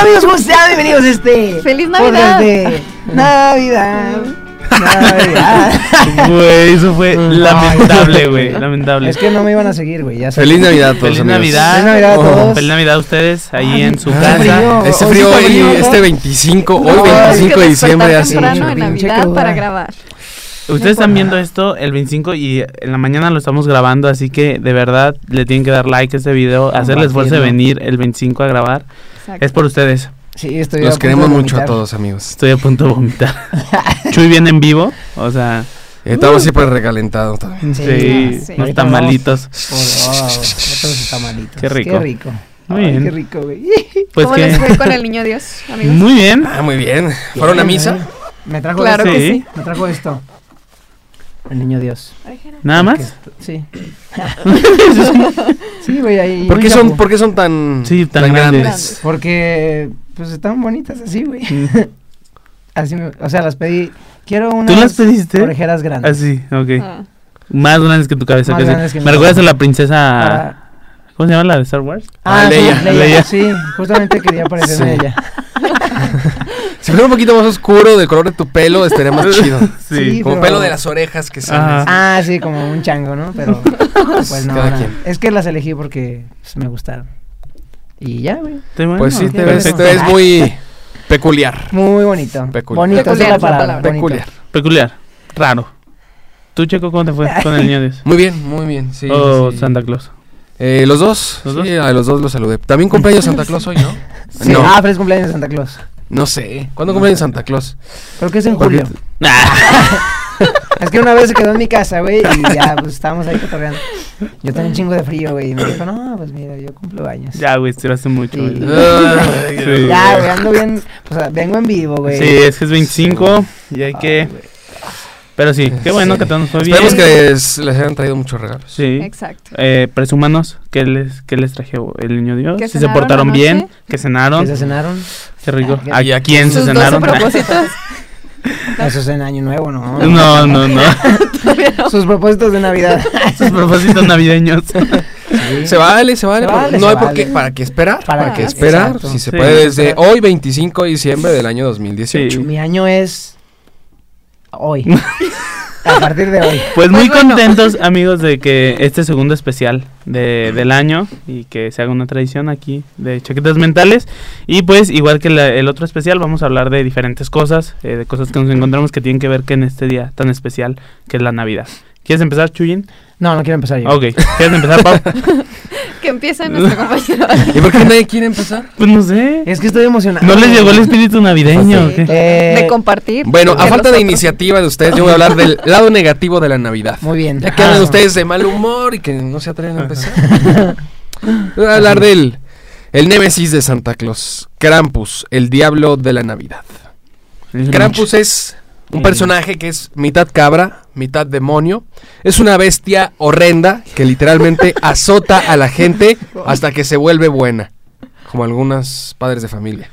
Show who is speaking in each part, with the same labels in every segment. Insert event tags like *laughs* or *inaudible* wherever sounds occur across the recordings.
Speaker 1: Amigos, ¿cómo están? Bienvenidos a este.
Speaker 2: ¡Feliz
Speaker 1: podcast
Speaker 2: Navidad! *laughs*
Speaker 1: de Navidad. Navidad.
Speaker 3: Güey, eso fue lamentable,
Speaker 1: *laughs*
Speaker 3: güey. Lamentable.
Speaker 1: es que no me iban a seguir, güey. Ya sabes.
Speaker 4: Feliz Navidad a todos.
Speaker 3: Feliz
Speaker 4: amigos.
Speaker 3: Navidad.
Speaker 1: Feliz Navidad a
Speaker 4: Oh.
Speaker 1: todos.
Speaker 3: Feliz Navidad a ustedes ahí en su
Speaker 1: qué
Speaker 3: casa.
Speaker 1: frío.
Speaker 4: Este
Speaker 1: Hoy sí
Speaker 4: frío,
Speaker 1: está
Speaker 4: hoy,
Speaker 1: frío, ¿no?
Speaker 4: este 25, hoy
Speaker 1: No, es que
Speaker 4: 25 de diciembre
Speaker 2: despertar
Speaker 4: hace
Speaker 2: temprano
Speaker 4: mucho eh.
Speaker 2: en
Speaker 4: frío.
Speaker 1: pinche
Speaker 2: Navidad
Speaker 1: calor.
Speaker 2: para grabar.
Speaker 3: Ustedes están viendo esto el 25 y en la mañana lo estamos grabando, así que de verdad le tienen que dar like a este video, hacer el esfuerzo de venir el 25 a grabar.
Speaker 2: Exacto.
Speaker 3: Es por ustedes.
Speaker 1: Sí, estoy a
Speaker 4: Los
Speaker 1: punto
Speaker 4: queremos
Speaker 1: de
Speaker 4: mucho a
Speaker 1: vomitar.
Speaker 4: todos, amigos.
Speaker 3: Estoy a punto de vomitar.
Speaker 1: *laughs*
Speaker 3: Chuy viene en vivo, o sea,
Speaker 4: Estamos siempre recalentados
Speaker 1: Oh,
Speaker 4: también.
Speaker 3: sí,
Speaker 1: Sí,
Speaker 2: sí.
Speaker 3: unos
Speaker 1: Ahorita
Speaker 3: tamalitos.
Speaker 1: Por- oh, otros tamalitos.
Speaker 3: Qué rico.
Speaker 1: Qué rico.
Speaker 3: Muy
Speaker 1: Ay,
Speaker 3: bien.
Speaker 1: Qué rico, güey.
Speaker 3: Pues
Speaker 2: ¿Cómo
Speaker 3: que
Speaker 2: les fue con el niño
Speaker 4: *laughs*
Speaker 2: Dios, amigos?
Speaker 3: muy bien.
Speaker 4: Ah, muy bien. ¿Fueron a misa?
Speaker 1: eh, Me trajo
Speaker 2: claro
Speaker 1: esto.
Speaker 2: que
Speaker 3: Sí.
Speaker 2: sí.
Speaker 1: Me trajo esto. El niño Dios.
Speaker 3: Nada
Speaker 1: *laughs*
Speaker 3: más.
Speaker 4: *laughs*
Speaker 1: Sí. sí, güey, ahí.
Speaker 4: ¿Por qué
Speaker 1: un
Speaker 4: son,
Speaker 1: shampoo.
Speaker 4: por qué son tan,
Speaker 3: Sí, tan grandes.
Speaker 1: Porque, pues están bonitas así, güey. Así me, o sea, las pedí. Quiero unas.
Speaker 3: las pediste?
Speaker 1: Orejeras grandes.
Speaker 3: Así, ok.
Speaker 2: Ah,
Speaker 3: Más grandes que tu cabeza.
Speaker 1: Más
Speaker 3: que sí.
Speaker 1: grandes que mi
Speaker 3: Me recuerdas a la princesa.
Speaker 1: Para-
Speaker 3: ¿Cómo se llama la de Star Wars?
Speaker 4: Ah,
Speaker 1: Ah. sí,
Speaker 4: Leia.
Speaker 3: Leia.
Speaker 1: *laughs* Sí, justamente quería parecerme a
Speaker 4: Sí.
Speaker 1: ella.
Speaker 4: Si fuera un poquito más oscuro, de color de tu pelo, estaría
Speaker 1: *laughs*
Speaker 4: más chido.
Speaker 1: Sí,
Speaker 4: Como
Speaker 1: pero-
Speaker 4: pelo de las orejas que
Speaker 3: Ajá.
Speaker 4: salen.
Speaker 1: Ah, sí, como un chango, ¿no?
Speaker 4: *laughs*
Speaker 1: Pero. Pues no.
Speaker 4: Cada
Speaker 1: no.
Speaker 4: quien.
Speaker 1: Es que las elegí porque pues, me gustaron. Y ya, güey.
Speaker 3: Está bueno.
Speaker 4: Pues sí,
Speaker 1: qué
Speaker 4: te ves,
Speaker 1: bueno.
Speaker 4: te ves muy peculiar.
Speaker 1: Muy bonito.
Speaker 4: Peculiar.
Speaker 1: Bonito, esa es la
Speaker 2: Peculiar,
Speaker 1: palabra. bonito.
Speaker 4: Peculiar.
Speaker 3: Peculiar, raro. ¿Tú, Checo, cómo te fue con el niño Dios?
Speaker 4: Muy bien, muy bien. Sí,
Speaker 3: o
Speaker 4: sí.
Speaker 3: Santa
Speaker 4: *laughs*
Speaker 3: Claus.
Speaker 4: Eh, los dos.
Speaker 3: ¿Los
Speaker 4: sí, a los dos los saludé. También cumpleaños Santa Claus hoy, ¿no?
Speaker 1: Sí.
Speaker 4: No.
Speaker 1: Ah, feliz cumpleaños de Santa Claus.
Speaker 4: No sé. ¿Cuándo cumpleaños Santa Claus?
Speaker 1: Creo que es en
Speaker 4: Porque-
Speaker 1: julio. Es que una vez se quedó en mi casa, güey, y ya, pues estábamos ahí cotorreando. Yo tenía un chingo de frío, güey, y me dijo, no, pues mira, yo cumplo años.
Speaker 3: Ya, güey, estiraste mucho.
Speaker 1: Sí.
Speaker 3: güey.
Speaker 4: *laughs* Ay,
Speaker 3: Sí.
Speaker 1: Ya, güey, ando bien, o sea, vengo en vivo, güey.
Speaker 3: Sí, es que es 25 y hay que... Pero sí, qué bueno
Speaker 4: Sí.
Speaker 3: que todo nos fue bien.
Speaker 4: Esperemos que es- les hayan traído muchos regalos.
Speaker 3: Sí.
Speaker 2: Exacto.
Speaker 3: Eh, presumanos, ¿qué les, qué les traje el niño Dios?
Speaker 2: ¿Que
Speaker 3: Si se
Speaker 2: cenaron
Speaker 3: portaron
Speaker 2: anoche?
Speaker 3: bien, que cenaron.
Speaker 1: ¿Que se cenaron?
Speaker 3: Qué
Speaker 4: Ah,
Speaker 3: rico.
Speaker 1: ¿Qué-
Speaker 3: ¿A, a quién se
Speaker 2: Sus 12
Speaker 3: cenaron?
Speaker 4: *laughs*
Speaker 2: propósitos.
Speaker 1: Eso es en Año Nuevo, ¿no?
Speaker 3: *laughs* No, no,
Speaker 4: *laughs*
Speaker 3: no.
Speaker 1: Sus propósitos de Navidad.
Speaker 3: Sus propósitos navideños.
Speaker 1: Sí.
Speaker 4: Se vale, se vale.
Speaker 1: Se
Speaker 4: por-
Speaker 1: vale,
Speaker 4: no
Speaker 1: se
Speaker 4: hay por
Speaker 1: vale.
Speaker 4: qué, para qué esperar.
Speaker 1: Para
Speaker 4: Para,
Speaker 2: qué,
Speaker 4: qué esperar.
Speaker 1: exacto.
Speaker 4: Si se
Speaker 3: Sí.
Speaker 4: puede, desde hoy, 25 de diciembre del año 2018.
Speaker 3: Sí.
Speaker 1: Mi año es hoy. A partir de hoy.
Speaker 3: Pues muy
Speaker 2: Pues bueno. *laughs*
Speaker 3: contentos, amigos, de que este segundo especial de, del año y que se haga una tradición aquí de chaquetas mentales. Y pues, igual que la- el otro especial, vamos a hablar de diferentes cosas, eh, de cosas que nos encontramos que tienen que ver que en este día tan especial que es la Navidad. ¿Quieres empezar, Chuyin?
Speaker 1: No, no quiero empezar yo.
Speaker 3: Ok, ¿quieres empezar, Pau?
Speaker 2: Que empieza nuestro compañero.
Speaker 4: ¿Y por qué nadie quiere empezar?
Speaker 3: Pues no sé.
Speaker 1: Es que estoy emocionado.
Speaker 3: ¿No les llegó el espíritu navideño? o
Speaker 2: Sí,
Speaker 3: qué?
Speaker 1: Eh,
Speaker 2: de compartir.
Speaker 4: Bueno, a
Speaker 2: Que
Speaker 4: falta de
Speaker 2: nosotros-
Speaker 4: iniciativa de ustedes, yo voy a
Speaker 1: *laughs*
Speaker 4: hablar del lado negativo de la Navidad.
Speaker 1: Muy bien.
Speaker 4: Ya que hablan
Speaker 1: Ah.
Speaker 4: ustedes de mal humor y que no se atreven a empezar. Voy a hablar del el némesis de Santa Claus, Krampus, el diablo de la Navidad. Krampus es un
Speaker 3: Mm.
Speaker 4: personaje que es mitad cabra, mitad demonio. Es una bestia horrenda que literalmente azota a la gente hasta que se vuelve buena. Como algunos padres de familia.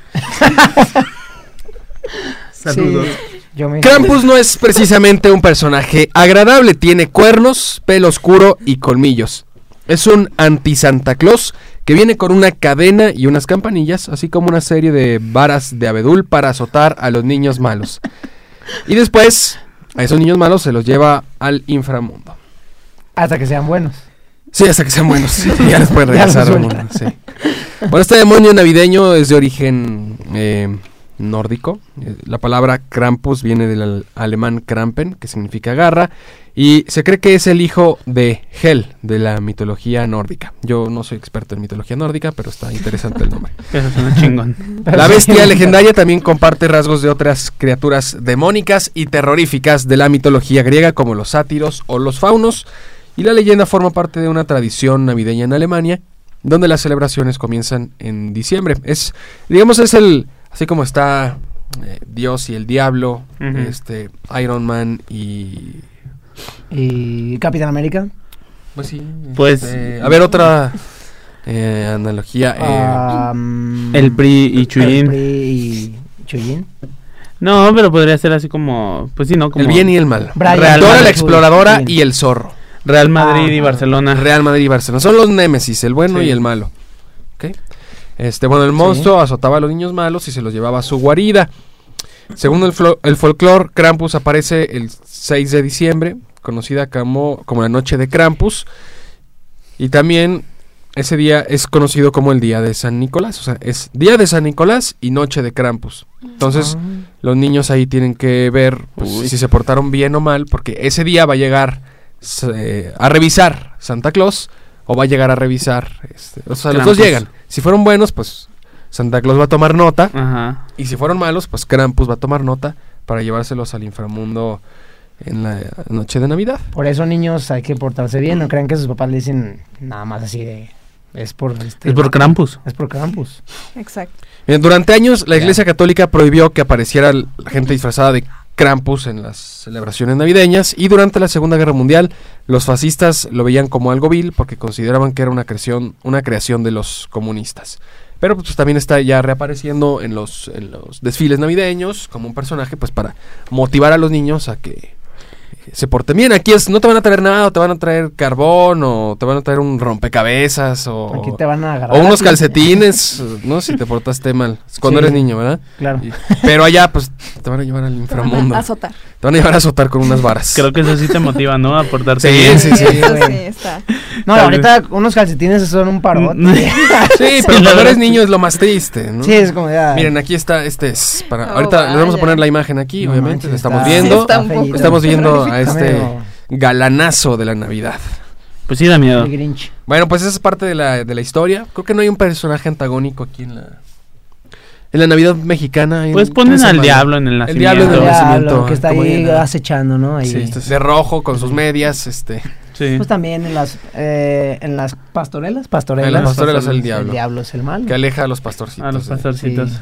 Speaker 3: Saludos.
Speaker 1: Sí, yo me...
Speaker 4: Krampus no es precisamente un personaje agradable. Tiene cuernos, pelo oscuro y colmillos. Es un anti-Santa Claus que viene con una cadena y unas campanillas, así como una serie de varas de abedul para azotar a los niños malos. Y después, a esos niños malos se los lleva al inframundo.
Speaker 1: Hasta que sean buenos.
Speaker 4: *laughs* Sí, hasta que sean buenos. Y ya les pueden
Speaker 1: Ya
Speaker 4: regresar
Speaker 1: los
Speaker 4: al mundo, sí. *laughs* Bueno, este demonio navideño es de origen eh, nórdico. Eh, La palabra Krampus viene del al- alemán Krampen, que significa garra. Y se cree que es el hijo de Hel, de la mitología nórdica. Yo no soy experto en mitología nórdica, pero está interesante el nombre.
Speaker 3: Eso suena chingón.
Speaker 4: La bestia legendaria también comparte rasgos de otras criaturas demónicas y terroríficas de la mitología griega como los sátiros o los faunos, y la leyenda forma parte de una tradición navideña en Alemania, donde las celebraciones comienzan en diciembre. Es, digamos, es el, así como está eh, Dios y el Diablo,
Speaker 3: Ujú.
Speaker 4: este, Iron Man y...
Speaker 1: ¿Y Capitán América?
Speaker 4: Pues sí. este,
Speaker 3: Pues-
Speaker 4: a ver, otra eh, analogía.
Speaker 3: ah,
Speaker 4: eh,
Speaker 1: Am,
Speaker 3: El PRI
Speaker 1: Ah,
Speaker 3: y
Speaker 1: mm, El
Speaker 3: Chuyin.
Speaker 1: PRI y Chuyin.
Speaker 3: No, pero podría ser así como... Pues sí, ¿no? Como
Speaker 4: el bien y el mal.
Speaker 1: Brian
Speaker 3: Real
Speaker 4: Dora
Speaker 3: Madrid.
Speaker 4: la exploradora
Speaker 1: Bien.
Speaker 4: y el zorro.
Speaker 3: Real Madrid y
Speaker 1: Ah.
Speaker 3: Barcelona.
Speaker 4: Real Madrid y Barcelona. Son los némesis, el bueno
Speaker 3: Sí.
Speaker 4: y el malo. ¿Ok? Este, bueno, el
Speaker 1: Sí.
Speaker 4: monstruo azotaba a los niños malos y se los llevaba a su guarida. Según el, flo- el folclore, Krampus aparece el 6 de diciembre, conocida como, como la noche de Krampus. Y también ese día es conocido como el día de San Nicolás. O sea, es día de San Nicolás y noche de Krampus. Entonces,
Speaker 1: Ah,
Speaker 4: los niños ahí tienen que ver pues,
Speaker 3: Uy.
Speaker 4: si se portaron bien o mal, porque ese día va a llegar s- eh, a revisar Santa Claus o va a llegar a revisar. este, o sea, los
Speaker 3: Krampus.
Speaker 4: dos llegan. Si fueron buenos, pues Santa Claus va a tomar nota.
Speaker 3: Ajá.
Speaker 4: Y si fueron malos, pues Krampus va a tomar nota para llevárselos al inframundo en la noche de Navidad.
Speaker 1: por eso, niños, hay que portarse bien. No crean que sus papás le dicen nada más así de. Es por. este,
Speaker 3: Es por Krampus.
Speaker 1: Es por Krampus.
Speaker 2: Exacto.
Speaker 4: Miren, durante años, la
Speaker 1: Ya.
Speaker 4: Iglesia Católica prohibió que apareciera l- la gente disfrazada de Krampus en las celebraciones navideñas y durante la Segunda Guerra Mundial los fascistas lo veían como algo vil porque consideraban que era una creación, una creación de los comunistas. Pero pues también está ya reapareciendo en los, en los desfiles navideños como un personaje pues para motivar a los niños a que eh, se porten bien. Aquí es, no te van a traer nada, o te van a traer carbón o te van a traer un rompecabezas o...
Speaker 1: Aquí te van a agarrar.
Speaker 4: O unos
Speaker 1: así.
Speaker 2: *laughs*
Speaker 4: calcetines, ¿no? Si te portaste mal. Es Cuando
Speaker 1: Sí.
Speaker 4: eres niño, ¿verdad?
Speaker 1: Claro.
Speaker 4: Y- pero allá, pues, te van a llevar
Speaker 2: Te
Speaker 4: al
Speaker 2: van a
Speaker 4: inframundo.
Speaker 2: Azotar.
Speaker 4: Te van a llevar a azotar con unas varas.
Speaker 3: Creo que eso sí te motiva, ¿no? A portarte
Speaker 4: Sí,
Speaker 3: bien.
Speaker 4: sí, sí.
Speaker 2: Eso
Speaker 1: güey.
Speaker 2: sí, está.
Speaker 1: No,
Speaker 3: Tal
Speaker 1: ahorita unos calcetines son un
Speaker 4: *laughs*
Speaker 1: parote.
Speaker 4: Sí,
Speaker 3: la
Speaker 4: pero cuando
Speaker 3: verdad.
Speaker 4: eres niño es lo más triste, ¿no?
Speaker 1: Sí, es como ya.
Speaker 4: Miren, aquí está, este es para...
Speaker 2: Oh,
Speaker 4: Ahorita les vamos a
Speaker 2: vaya.
Speaker 4: poner la imagen aquí,
Speaker 1: No
Speaker 4: obviamente,
Speaker 1: manches,
Speaker 4: le estamos
Speaker 1: está-
Speaker 4: viendo.
Speaker 2: Sí, está un
Speaker 1: feíto.
Speaker 2: poco
Speaker 4: Estamos viendo a
Speaker 1: Está
Speaker 4: este
Speaker 1: medio
Speaker 4: galanazo de la Navidad.
Speaker 3: Pues sí da miedo.
Speaker 1: el Grinch.
Speaker 4: Bueno, pues esa es parte de la, de la historia. Creo que no hay un personaje antagónico aquí en la... En la Navidad mexicana.
Speaker 3: Pues ponen al diablo en el
Speaker 4: El
Speaker 3: nacimiento.
Speaker 4: diablo en el
Speaker 1: Ya,
Speaker 4: nacimiento,
Speaker 1: lo que está
Speaker 4: como
Speaker 1: ahí
Speaker 4: era.
Speaker 1: acechando, ¿no? Ahí.
Speaker 4: este de rojo, con sus medias, este...
Speaker 3: Sí.
Speaker 1: Pues también en las, eh, en las pastorelas, pastorelas.
Speaker 4: El
Speaker 3: las
Speaker 4: pastor es el
Speaker 3: pastorelas,
Speaker 1: El
Speaker 4: diablo.
Speaker 1: diablo es el mal.
Speaker 4: Que aleja a los pastorcitos.
Speaker 3: A los
Speaker 4: eh.
Speaker 3: pastorcitos.
Speaker 1: Sí.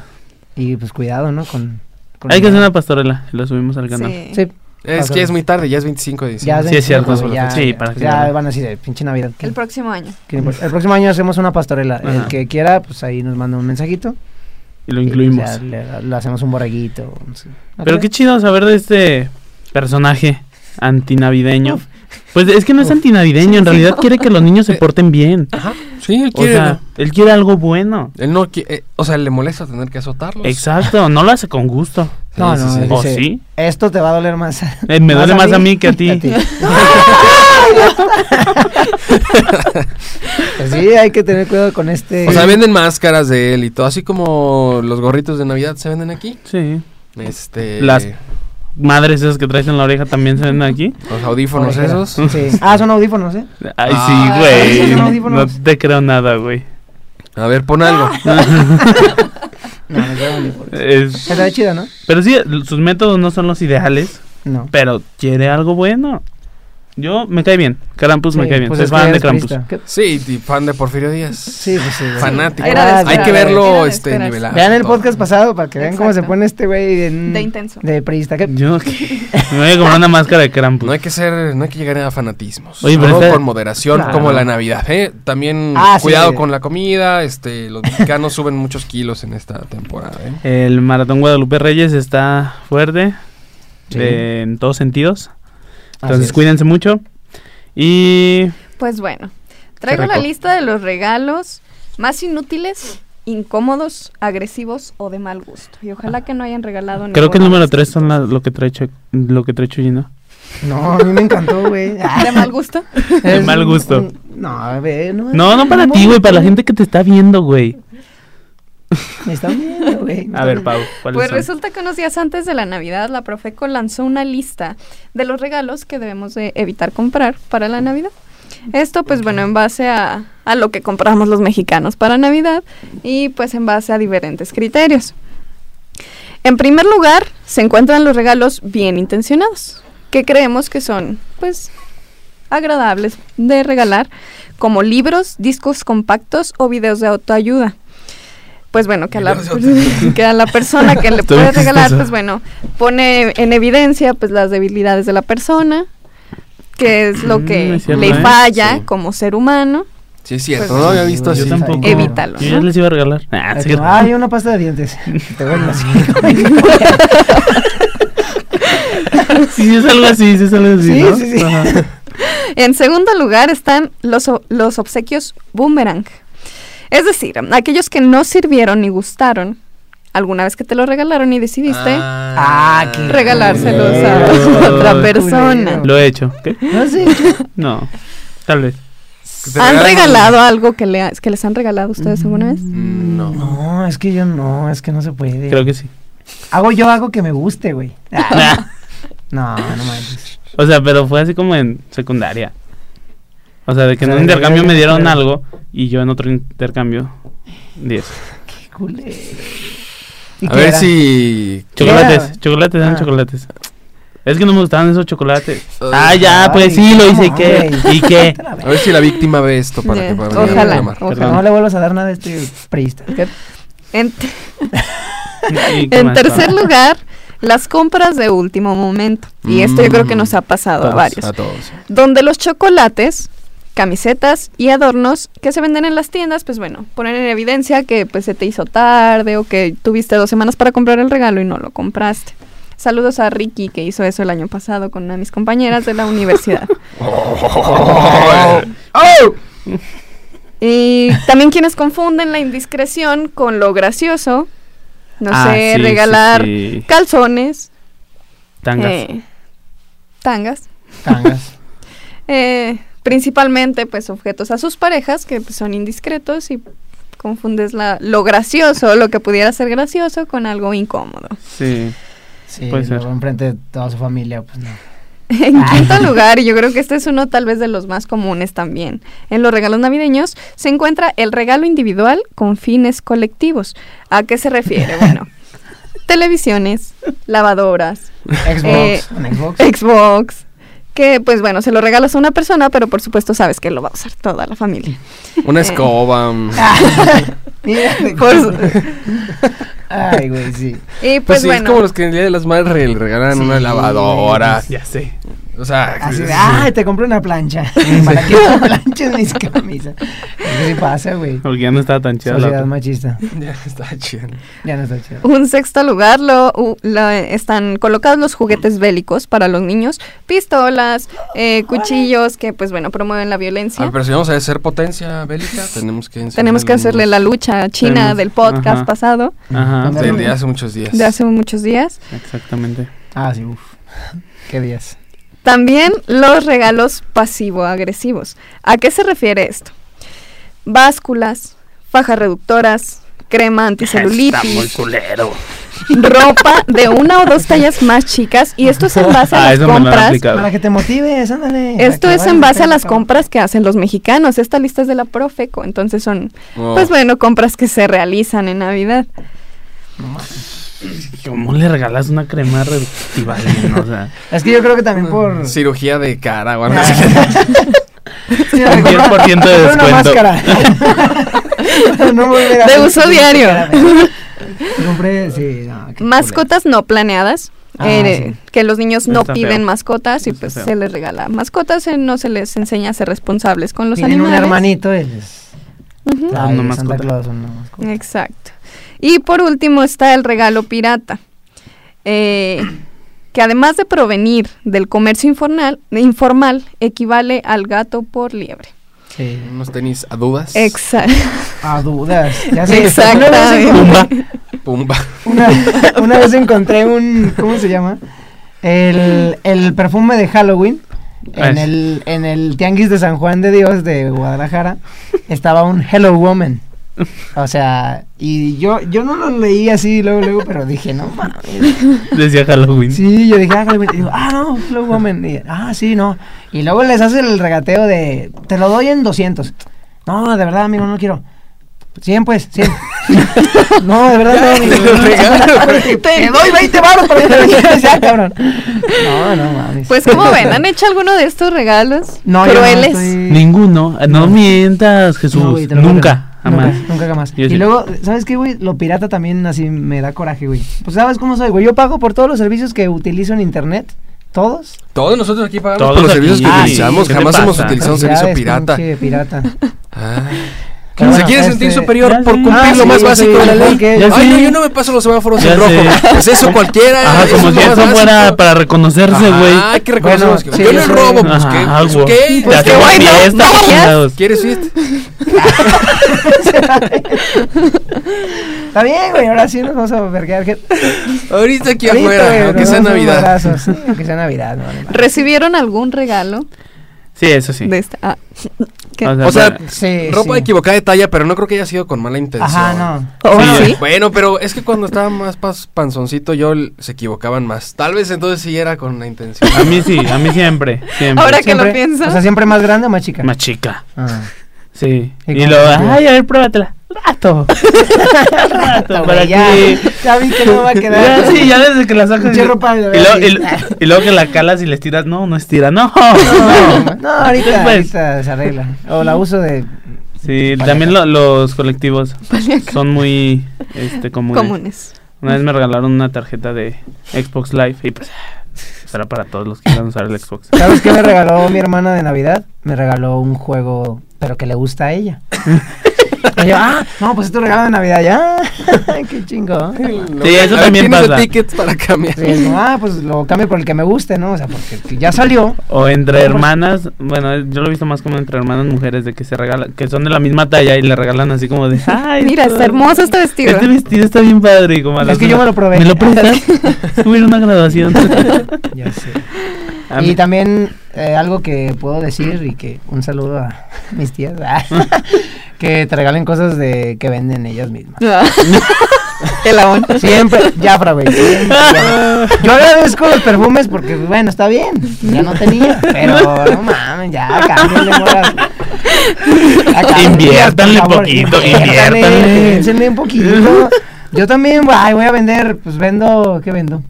Speaker 1: Y pues cuidado, ¿no? Con, con
Speaker 3: Hay que
Speaker 1: el-
Speaker 3: hacer una pastorela. y Lo subimos al canal.
Speaker 2: Sí.
Speaker 1: Sí,
Speaker 4: Es que ya es muy tarde, ya es 25 de
Speaker 1: ya
Speaker 4: diciembre.
Speaker 1: es
Speaker 3: Sí, es cierto,
Speaker 1: 25,
Speaker 3: sobre
Speaker 1: ya,
Speaker 3: la fecha. Sí, para
Speaker 1: pues
Speaker 3: que
Speaker 1: ya
Speaker 3: no-
Speaker 1: van así de pinche Navidad. que-
Speaker 2: El próximo año.
Speaker 1: que no importa. el próximo año hacemos una pastorela.
Speaker 3: Ajá.
Speaker 1: El que quiera, pues ahí nos manda un mensajito.
Speaker 3: Y lo
Speaker 1: y, pues,
Speaker 3: incluimos.
Speaker 1: ya le, le hacemos un borreguito. no sé.
Speaker 3: Pero qué chido saber de este personaje antinavideño. Pues es que no es antinavideño, en realidad quiere que los niños se porten bien.
Speaker 4: Ajá. Sí, él
Speaker 3: O
Speaker 4: quiere.
Speaker 3: sea, él quiere algo bueno.
Speaker 4: él no qui- eh, o sea, le molesta tener que azotarlos.
Speaker 3: Exacto, no lo hace con gusto.
Speaker 4: Sí,
Speaker 1: No,
Speaker 4: sí,
Speaker 1: no,
Speaker 4: sí.
Speaker 1: él
Speaker 3: ¿O
Speaker 1: dice,
Speaker 3: sí?
Speaker 1: Esto te va a doler más.
Speaker 3: Eh, me duele más a mí
Speaker 1: *laughs*
Speaker 3: que a ti. *laughs*
Speaker 1: Pues sí, hay que tener cuidado con este.
Speaker 4: O
Speaker 3: eh,
Speaker 4: sea, venden máscaras de él y todo, así como los gorritos de Navidad se venden aquí.
Speaker 3: Sí.
Speaker 4: Este.
Speaker 3: Las- Madres esas que traes en la oreja también se ven aquí.
Speaker 4: Los audífonos
Speaker 1: Orejera.
Speaker 4: esos.
Speaker 1: Sí. Ah, son audífonos, ¿eh?
Speaker 3: Ay,
Speaker 4: Ah.
Speaker 3: sí,
Speaker 1: Son
Speaker 3: güey. No
Speaker 1: audífonos.
Speaker 3: te creo nada, güey.
Speaker 4: A ver, pon algo.
Speaker 1: No, no son audífonos.
Speaker 3: Es-
Speaker 1: Está chido, ¿no?
Speaker 3: Pero sí, sus métodos no son los ideales,
Speaker 1: No.
Speaker 3: pero quiere algo bueno. Yo me cae bien. Krampus me
Speaker 1: Sí,
Speaker 3: cae bien.
Speaker 1: pues
Speaker 3: Soy
Speaker 1: es que
Speaker 3: fan de
Speaker 1: eres
Speaker 3: Krampus.
Speaker 1: purista. ¿Qué?
Speaker 4: Sí, y fan de Porfirio Díaz.
Speaker 1: Sí, pues sí. güey.
Speaker 4: Fanático.
Speaker 1: Era de
Speaker 4: Hay
Speaker 1: esperar,
Speaker 4: que
Speaker 2: era
Speaker 4: verlo
Speaker 2: de
Speaker 4: este
Speaker 2: esperarse.
Speaker 4: nivelado.
Speaker 1: Vean el
Speaker 4: todo.
Speaker 1: podcast pasado para que vean cómo se
Speaker 2: Exacto.
Speaker 1: pone este güey en-
Speaker 2: De
Speaker 4: Mm.
Speaker 2: intenso.
Speaker 1: De priista. ¿Qué?
Speaker 3: Yo ¿qué? me voy a comprar una máscara de Krampus.
Speaker 4: No hay que ser, no hay que llegar a fanatismos.
Speaker 3: Oye, pero
Speaker 4: Todo
Speaker 3: esta-
Speaker 4: con moderación,
Speaker 3: Claro.
Speaker 4: como la Navidad, ¿eh? También
Speaker 1: Ah, sí,
Speaker 4: cuidado
Speaker 1: sí.
Speaker 4: con la comida, este, los mexicanos *laughs* suben muchos kilos en esta temporada, ¿eh?
Speaker 3: El maratón Guadalupe Reyes está fuerte
Speaker 1: Sí.
Speaker 3: de- en todos sentidos.
Speaker 1: Así
Speaker 3: Entonces
Speaker 1: es.
Speaker 3: cuídense mucho. Y
Speaker 2: Pues bueno, traigo la
Speaker 4: rico.
Speaker 2: lista de los regalos más inútiles, incómodos, agresivos o de mal gusto. Y ojalá que no hayan regalado
Speaker 3: creo que el
Speaker 2: ninguno
Speaker 3: número
Speaker 2: de
Speaker 3: 3
Speaker 2: estos.
Speaker 3: son las- lo que trae Chuy- lo que trae Chuyino.
Speaker 1: No, a mí me encantó, güey.
Speaker 2: *laughs* ¿De
Speaker 1: *laughs*
Speaker 2: mal gusto?
Speaker 3: De mal gusto.
Speaker 1: un- un- No, a ver, no.
Speaker 3: No, no para ti, güey, para la gente que te está viendo, güey.
Speaker 1: Me están viendo,
Speaker 3: *laughs*
Speaker 1: güey. me
Speaker 3: A
Speaker 1: están
Speaker 3: ver,
Speaker 1: viendo.
Speaker 3: Pau, ¿cuáles
Speaker 2: Pues
Speaker 3: son?
Speaker 2: resulta que unos días antes de la Navidad, la Profeco lanzó una lista de los regalos que debemos de evitar comprar para la Navidad. Esto, pues bueno, en base a, a lo que compramos los mexicanos para Navidad y pues en base a diferentes criterios. En primer lugar, se encuentran los regalos bien intencionados, que creemos que son, pues, agradables de regalar, como libros, discos compactos o videos de autoayuda. Pues bueno, que a, la,
Speaker 4: Videos
Speaker 2: *laughs*
Speaker 4: de autoayuda.
Speaker 2: que a la persona que
Speaker 4: *laughs*
Speaker 2: le
Speaker 3: Estoy
Speaker 2: puede
Speaker 3: muy
Speaker 2: regalar,
Speaker 3: chistoso.
Speaker 2: pues bueno, pone en evidencia pues las debilidades de la persona, que es lo
Speaker 3: Mm,
Speaker 2: que
Speaker 3: es cierto,
Speaker 2: le
Speaker 3: ¿eh?
Speaker 2: falla
Speaker 4: Sí.
Speaker 2: como ser humano.
Speaker 4: Sí, es cierto,
Speaker 2: Pues
Speaker 4: no
Speaker 1: sí,
Speaker 4: había visto
Speaker 1: güey,
Speaker 4: así.
Speaker 3: Yo tampoco.
Speaker 2: Evítalo,
Speaker 3: Yo ya
Speaker 2: ¿no?
Speaker 3: les iba a regalar. Ah,
Speaker 1: Ay,
Speaker 3: sí,
Speaker 1: como, "Ay, una pasta de dientes. Te voy así.
Speaker 3: *laughs* sí, es algo así, sí es algo así,
Speaker 1: Sí,
Speaker 3: ¿no?
Speaker 1: sí, sí.
Speaker 3: Ajá.
Speaker 2: En segundo lugar están los, o- los obsequios boomerang. Es decir, aquellos que no sirvieron ni gustaron, alguna vez que te lo regalaron y
Speaker 1: *laughs*
Speaker 2: decidiste
Speaker 1: Ah, qué
Speaker 2: *laughs* regalárselos
Speaker 3: culero.
Speaker 2: a otra
Speaker 3: Culero.
Speaker 2: persona.
Speaker 3: Lo he hecho. ¿Qué?
Speaker 1: No sé.
Speaker 3: No. Tal vez.
Speaker 4: ¿Te
Speaker 2: ¿Han
Speaker 4: regalaron?
Speaker 2: regalado algo que, le ha- que les han regalado ustedes alguna vez?
Speaker 4: Mm, No.
Speaker 1: No, es que yo no, es que no se puede.
Speaker 3: Creo que sí.
Speaker 1: Hago yo algo que me guste, güey. Ah,
Speaker 3: *laughs*
Speaker 1: No, no manches.
Speaker 3: O sea, pero fue así como en secundaria. O sea, de que
Speaker 1: O
Speaker 3: en
Speaker 1: sea,
Speaker 3: un
Speaker 1: de
Speaker 3: intercambio me dieron
Speaker 1: secundaria.
Speaker 3: algo y yo en otro intercambio 10.
Speaker 1: Qué culero. ¿Y
Speaker 4: A
Speaker 1: qué
Speaker 4: ver
Speaker 1: era?
Speaker 4: si.
Speaker 1: ¿Qué
Speaker 3: Chocolates,
Speaker 1: era?
Speaker 3: chocolates, eran
Speaker 1: Ah.
Speaker 3: chocolates. Es que no me gustaban esos chocolates.
Speaker 4: Ay,
Speaker 3: ah, ya, pues
Speaker 1: Ay,
Speaker 3: sí, lo hice. ¿Y
Speaker 1: ¿cómo,
Speaker 3: qué?
Speaker 1: güey? *laughs*
Speaker 3: ¿Y qué?
Speaker 1: Otra vez.
Speaker 4: A ver si la víctima ve esto para
Speaker 2: Ya,
Speaker 4: que pueda venir a
Speaker 2: Ojalá,
Speaker 4: reclamar.
Speaker 2: ojalá.
Speaker 1: No le vuelvas a dar nada a este priista.
Speaker 2: En-
Speaker 3: *laughs* ¿Y qué
Speaker 2: En
Speaker 3: más? Ah.
Speaker 2: tercer lugar, las compras de último momento. Y esto yo creo que
Speaker 4: Mm.
Speaker 2: nos ha pasado a
Speaker 3: Todos,
Speaker 2: varios.
Speaker 4: A todos.
Speaker 2: Donde los chocolates, camisetas y adornos que se venden en las tiendas, pues bueno, ponen en evidencia que pues se te hizo tarde o que tuviste dos semanas para comprar el regalo y no lo compraste. Saludos a Ricky que hizo eso el año pasado con una de mis compañeras de la
Speaker 3: *laughs*
Speaker 2: universidad. Y también quienes confunden la indiscreción con lo gracioso, no
Speaker 3: Ah,
Speaker 2: sé,
Speaker 3: sí, sí,
Speaker 2: regalar
Speaker 3: sí.
Speaker 2: calzones,
Speaker 3: Tangas.
Speaker 2: eh, tangas,
Speaker 1: Tangas.
Speaker 2: eh, principalmente pues objetos a sus parejas que pues, son indiscretos y confundes la, lo gracioso, lo que pudiera ser gracioso con algo incómodo. *laughs*
Speaker 3: Sí.
Speaker 1: Sí,
Speaker 3: Puede ser.
Speaker 1: luego enfrente de toda su familia, pues no.
Speaker 2: En
Speaker 1: Ah.
Speaker 2: quinto lugar, y yo creo que este es uno tal vez de los más comunes también, en los regalos navideños se encuentra el regalo individual con fines colectivos. ¿A qué se refiere? Bueno, televisiones, lavadoras,
Speaker 1: Xbox.
Speaker 2: Eh,
Speaker 1: un Xbox.
Speaker 2: Xbox, que pues bueno, se lo regalas a una persona, pero por supuesto sabes que lo va a usar toda la familia.
Speaker 4: Una escoba. mm. un-
Speaker 1: Mira,
Speaker 2: Por su-
Speaker 1: *laughs* Ay, güey, sí.
Speaker 2: y
Speaker 4: Pues
Speaker 2: pues,
Speaker 4: sí, es
Speaker 2: bueno,
Speaker 4: como los que en el Día de las Madres le regalan
Speaker 1: Sí,
Speaker 4: una lavadora.
Speaker 3: Ya sé.
Speaker 4: O sea,
Speaker 1: Así
Speaker 4: es-
Speaker 1: de, ah. ay, te compré una plancha. Para que no planches mis camisas. ¿Qué se pasa, güey?
Speaker 3: Porque ya no estaba tan chida la
Speaker 1: Sociedad
Speaker 3: otra.
Speaker 1: machista.
Speaker 4: *laughs* Ya está chido.
Speaker 1: Ya no está chido.
Speaker 2: un sexto lugar lo, u- la- están colocados los juguetes bélicos para los niños, pistolas, eh, cuchillos, que pues bueno, promueven la
Speaker 4: Ah,
Speaker 2: violencia.
Speaker 4: pero si vamos a ser potencia bélica, tenemos que
Speaker 2: Tenemos que hacerle la lucha a China
Speaker 3: Tenemos-
Speaker 2: del podcast
Speaker 3: ajá.
Speaker 2: pasado
Speaker 3: Ajá.
Speaker 1: Sí.
Speaker 4: Desde hace muchos días.
Speaker 2: de hace muchos días.
Speaker 3: Exactamente.
Speaker 1: Ah, sí, uff. Qué días.
Speaker 2: También los regalos pasivo-agresivos. ¿A qué se refiere esto? Básculas, fajas reductoras, crema anticelulitis,
Speaker 3: culero.
Speaker 2: ropa de una o dos tallas más chicas y esto es en
Speaker 3: *laughs*
Speaker 2: base a
Speaker 3: Ah,
Speaker 2: las
Speaker 3: eso me lo han
Speaker 2: compras.
Speaker 3: aplicado.
Speaker 1: Para que te motives, ándale. para
Speaker 2: Esto
Speaker 1: que
Speaker 2: es
Speaker 1: valga
Speaker 2: en
Speaker 1: la
Speaker 2: base a
Speaker 1: pena,
Speaker 2: las
Speaker 1: cabrón.
Speaker 2: compras que hacen los mexicanos. Esta lista es de la Profeco, entonces son,
Speaker 4: Oh.
Speaker 2: pues bueno, compras que se realizan en Navidad.
Speaker 3: ¿Cómo le regalas una crema reductiva a alguien? O sea,
Speaker 1: Es que yo creo que también
Speaker 4: Mm.
Speaker 1: por. Ah.
Speaker 4: Cirugía de cara o algo
Speaker 2: Ah.
Speaker 4: así. *laughs*
Speaker 1: Sí, me
Speaker 3: Un
Speaker 1: compré-
Speaker 3: 10% de
Speaker 1: compré
Speaker 3: descuento.
Speaker 2: *laughs*
Speaker 1: Para no volver a
Speaker 2: De
Speaker 1: hacer
Speaker 2: uso
Speaker 1: ese
Speaker 2: diario.
Speaker 1: experimento. Compré, sí, no, qué
Speaker 2: Mascotas no planeadas.
Speaker 1: Ah,
Speaker 2: eh, Que los niños no
Speaker 3: Está feo.
Speaker 2: piden mascotas y
Speaker 3: Está
Speaker 2: pues
Speaker 3: feo.
Speaker 2: se les regala mascotas, eh, no se les enseña a ser responsables con
Speaker 1: culero.
Speaker 2: los
Speaker 1: Tienen un
Speaker 2: animales.
Speaker 1: hermanito, él es.
Speaker 2: Ujú.
Speaker 3: Ah,
Speaker 1: Ay,
Speaker 3: una
Speaker 1: Santa
Speaker 3: mascota.
Speaker 1: Claus, una mascota.
Speaker 2: Exacto. Y por último está el regalo pirata, eh, que además de provenir del comercio informal, informal, equivale al gato por liebre.
Speaker 1: Sí.
Speaker 4: Unos tenis a
Speaker 1: *laughs*
Speaker 4: dudas.
Speaker 2: Exacto.
Speaker 1: A dudas. Ya sé.
Speaker 2: Exactamente.
Speaker 1: Una vez
Speaker 3: Pumba.
Speaker 1: encontré-
Speaker 4: Pumba.
Speaker 1: Una, una vez encontré un. ¿Cómo se llama? El, el perfume de Halloween. En
Speaker 3: Ah, es.
Speaker 1: el, en el tianguis de San Juan de Dios de Guadalajara estaba un Hello Woman. O sea, y yo, yo no lo leí así luego, luego, pero dije, no mames.
Speaker 3: *laughs* Decía Halloween.
Speaker 1: Sí, yo dije, ah, Halloween. Y digo, ah, no, Hello Woman. Y, ah, sí, no. Y luego les hace el regateo de, te lo doy en 200. No, de verdad, amigo, no quiero. 100, pues, 100. *laughs* no, de verdad, no, amigo. *laughs*
Speaker 4: lo regalo,
Speaker 1: te, doy 20 baros para que te lo quieras ya, cabrón. No, no mames.
Speaker 2: Pues como ven, ¿han hecho alguno de estos regalos
Speaker 1: no, yo no
Speaker 2: crueles?
Speaker 1: estoy-
Speaker 3: Ninguno. Ah, No,
Speaker 1: No.
Speaker 3: mientas, Jesús.
Speaker 1: No, güey, te lo juro.
Speaker 3: nunca, jamás.
Speaker 1: Nunca, nunca jamás.
Speaker 3: Yo
Speaker 1: y
Speaker 3: sí.
Speaker 1: luego, ¿sabes qué, güey? Lo pirata también así me da coraje, güey. Pues sabes cómo soy, güey. Yo pago por todos los servicios que utilizo en internet. ¿Todos?
Speaker 4: Todos nosotros aquí pagamos
Speaker 3: Todos
Speaker 4: por los
Speaker 3: aquí.
Speaker 4: servicios que
Speaker 1: Ah, sí.
Speaker 4: utilizamos.
Speaker 3: ¿Qué te
Speaker 4: Jamás hemos
Speaker 3: pasa?
Speaker 4: *laughs* utilizado un servicio
Speaker 1: Felicidades,
Speaker 4: pirata.
Speaker 1: pinche pirata.
Speaker 4: Ah,
Speaker 1: Pero
Speaker 4: se
Speaker 1: bueno,
Speaker 4: quiere sentir
Speaker 1: este,
Speaker 4: superior
Speaker 3: ya
Speaker 4: por
Speaker 3: sé.
Speaker 4: cumplir
Speaker 3: Ah,
Speaker 4: lo
Speaker 3: sí,
Speaker 4: más
Speaker 1: ya
Speaker 4: básico
Speaker 1: sé,
Speaker 4: de la ley.
Speaker 1: porque-
Speaker 3: Ya
Speaker 4: Ay,
Speaker 3: sé.
Speaker 4: no, yo no me paso los semáforos
Speaker 3: Ya
Speaker 4: en rojo.
Speaker 3: sé.
Speaker 4: Pues eso cualquiera.
Speaker 1: *laughs*
Speaker 3: Ajá, como
Speaker 4: es
Speaker 3: si
Speaker 4: lo más
Speaker 3: eso
Speaker 4: básico.
Speaker 3: fuera para reconocerse,
Speaker 4: Ajá,
Speaker 3: güey.
Speaker 4: hay que reconocernos
Speaker 1: Bueno,
Speaker 4: que
Speaker 1: sí,
Speaker 4: yo no
Speaker 1: sí.
Speaker 4: robo, pues qué,
Speaker 3: Ajá, ah,
Speaker 4: pues,
Speaker 3: güey.
Speaker 4: qué,
Speaker 3: Te
Speaker 4: pues, qué
Speaker 3: hacemos
Speaker 4: bueno.
Speaker 3: fiesta,
Speaker 2: no,
Speaker 3: chingados.
Speaker 4: ¿Quieres fiesta?
Speaker 1: Está bien, güey, ahora sí nos vamos a verguear. que-
Speaker 4: Ahorita aquí
Speaker 1: Ahorita, güey,
Speaker 4: afuera,
Speaker 1: nos
Speaker 4: aunque sea
Speaker 1: vamos a unos
Speaker 4: Navidad.
Speaker 1: balazos. Sí, aunque sea Navidad, no, vale, madre.
Speaker 2: ¿Recibieron algún regalo
Speaker 3: Sí, eso sí.
Speaker 2: de esta? ah, *laughs* ¿qué?
Speaker 4: O sea,
Speaker 3: para-
Speaker 1: Sí,
Speaker 4: Ropa
Speaker 1: sí.
Speaker 4: equivocada de talla, pero no creo que haya sido con mala intención. eh,
Speaker 1: Ajá, no.
Speaker 2: ¿O
Speaker 4: ¿Oh,
Speaker 3: Sí.
Speaker 2: sí?
Speaker 4: Bueno, pero es que cuando estaba más pas- panzoncito yo l- se equivocaban más. Tal vez entonces sí era con la intención.
Speaker 3: a
Speaker 4: *laughs*
Speaker 3: mí sí, a mí siempre, siempre.
Speaker 2: Ahora- ¿Para qué lo
Speaker 1: Siempre-
Speaker 2: piensas?
Speaker 1: O sea, siempre más grande o más chica.
Speaker 3: Más chica.
Speaker 1: Ah.
Speaker 3: *laughs* Sí.
Speaker 1: ¿Y
Speaker 3: Y
Speaker 1: cómo
Speaker 3: lo,
Speaker 1: te queda?
Speaker 3: ay, a ver, pruébatela.
Speaker 1: *laughs*
Speaker 3: Rato. Rato,
Speaker 1: Puta,
Speaker 3: para
Speaker 1: güey, ya,
Speaker 3: ti.
Speaker 1: ya vi que no me
Speaker 3: *laughs*
Speaker 1: va a quedar.
Speaker 3: Ya, sí, ya desde que la sacas.
Speaker 1: Pinche ropa
Speaker 3: y,
Speaker 1: de
Speaker 3: luego, y,
Speaker 1: verdad, sí.
Speaker 3: y luego que la calas y la estiras. No, no estira, no.
Speaker 1: *laughs* No,
Speaker 3: *laughs*
Speaker 1: no, ahorita,
Speaker 3: Después.
Speaker 1: ahorita se arregla. O la uso de.
Speaker 3: Sí, también lo- los colectivos son muy este, comunes.
Speaker 2: comunes.
Speaker 3: Una vez me regalaron una tarjeta de Xbox Live y pues será para todos los que quieran usar el Xbox.
Speaker 1: ¿Sabes qué me regaló mi hermana de Navidad? Me regaló un juego, pero que le gusta a
Speaker 3: *laughs*
Speaker 1: ella. Y yo, ah, no, pues es tu regalo de Navidad
Speaker 3: *laughs*
Speaker 1: ya. Qué chingo.
Speaker 3: Sí, eso
Speaker 4: A ver,
Speaker 3: también
Speaker 4: ¿tienes el
Speaker 3: pasa.
Speaker 4: ticket para cambiar. *laughs*
Speaker 1: Sí, es como, ah, pues lo cambio por el que me guste, ¿no? O sea, porque ya salió.
Speaker 3: O entre hermanas, bueno, yo lo he visto más como entre hermanas mujeres de que se regalan, que son de la misma talla y le regalan así como de, ay,
Speaker 2: Mira, está hermoso este vestido.
Speaker 3: Este vestido está bien padre. y como a
Speaker 1: Es
Speaker 3: las
Speaker 1: que yo
Speaker 3: una-
Speaker 1: me lo probé. *laughs*
Speaker 3: ¿Me lo prestas? Estuve en una graduación.
Speaker 2: *laughs*
Speaker 1: Ya sé.
Speaker 3: A
Speaker 1: Y
Speaker 3: mí-
Speaker 1: también eh, algo que puedo decir y que un saludo a mis tías, *laughs* que te regalen cosas de que venden ellas mismas.
Speaker 2: El abón.
Speaker 1: Siempre, Jafra, güey.
Speaker 2: *laughs*
Speaker 1: siempre Jafra. Yo agradezco los perfumes porque, bueno, está bien. Ya no tenía, pero no mames, ya, cámbiale, morras. Ya, cámbiale,
Speaker 3: Inviértanle
Speaker 1: por favor,
Speaker 3: poquito,
Speaker 1: inviértanle,
Speaker 3: inviértanle.
Speaker 1: piénsenle un poquito. Yo también, ay, voy a vender, pues vendo, ¿qué vendo?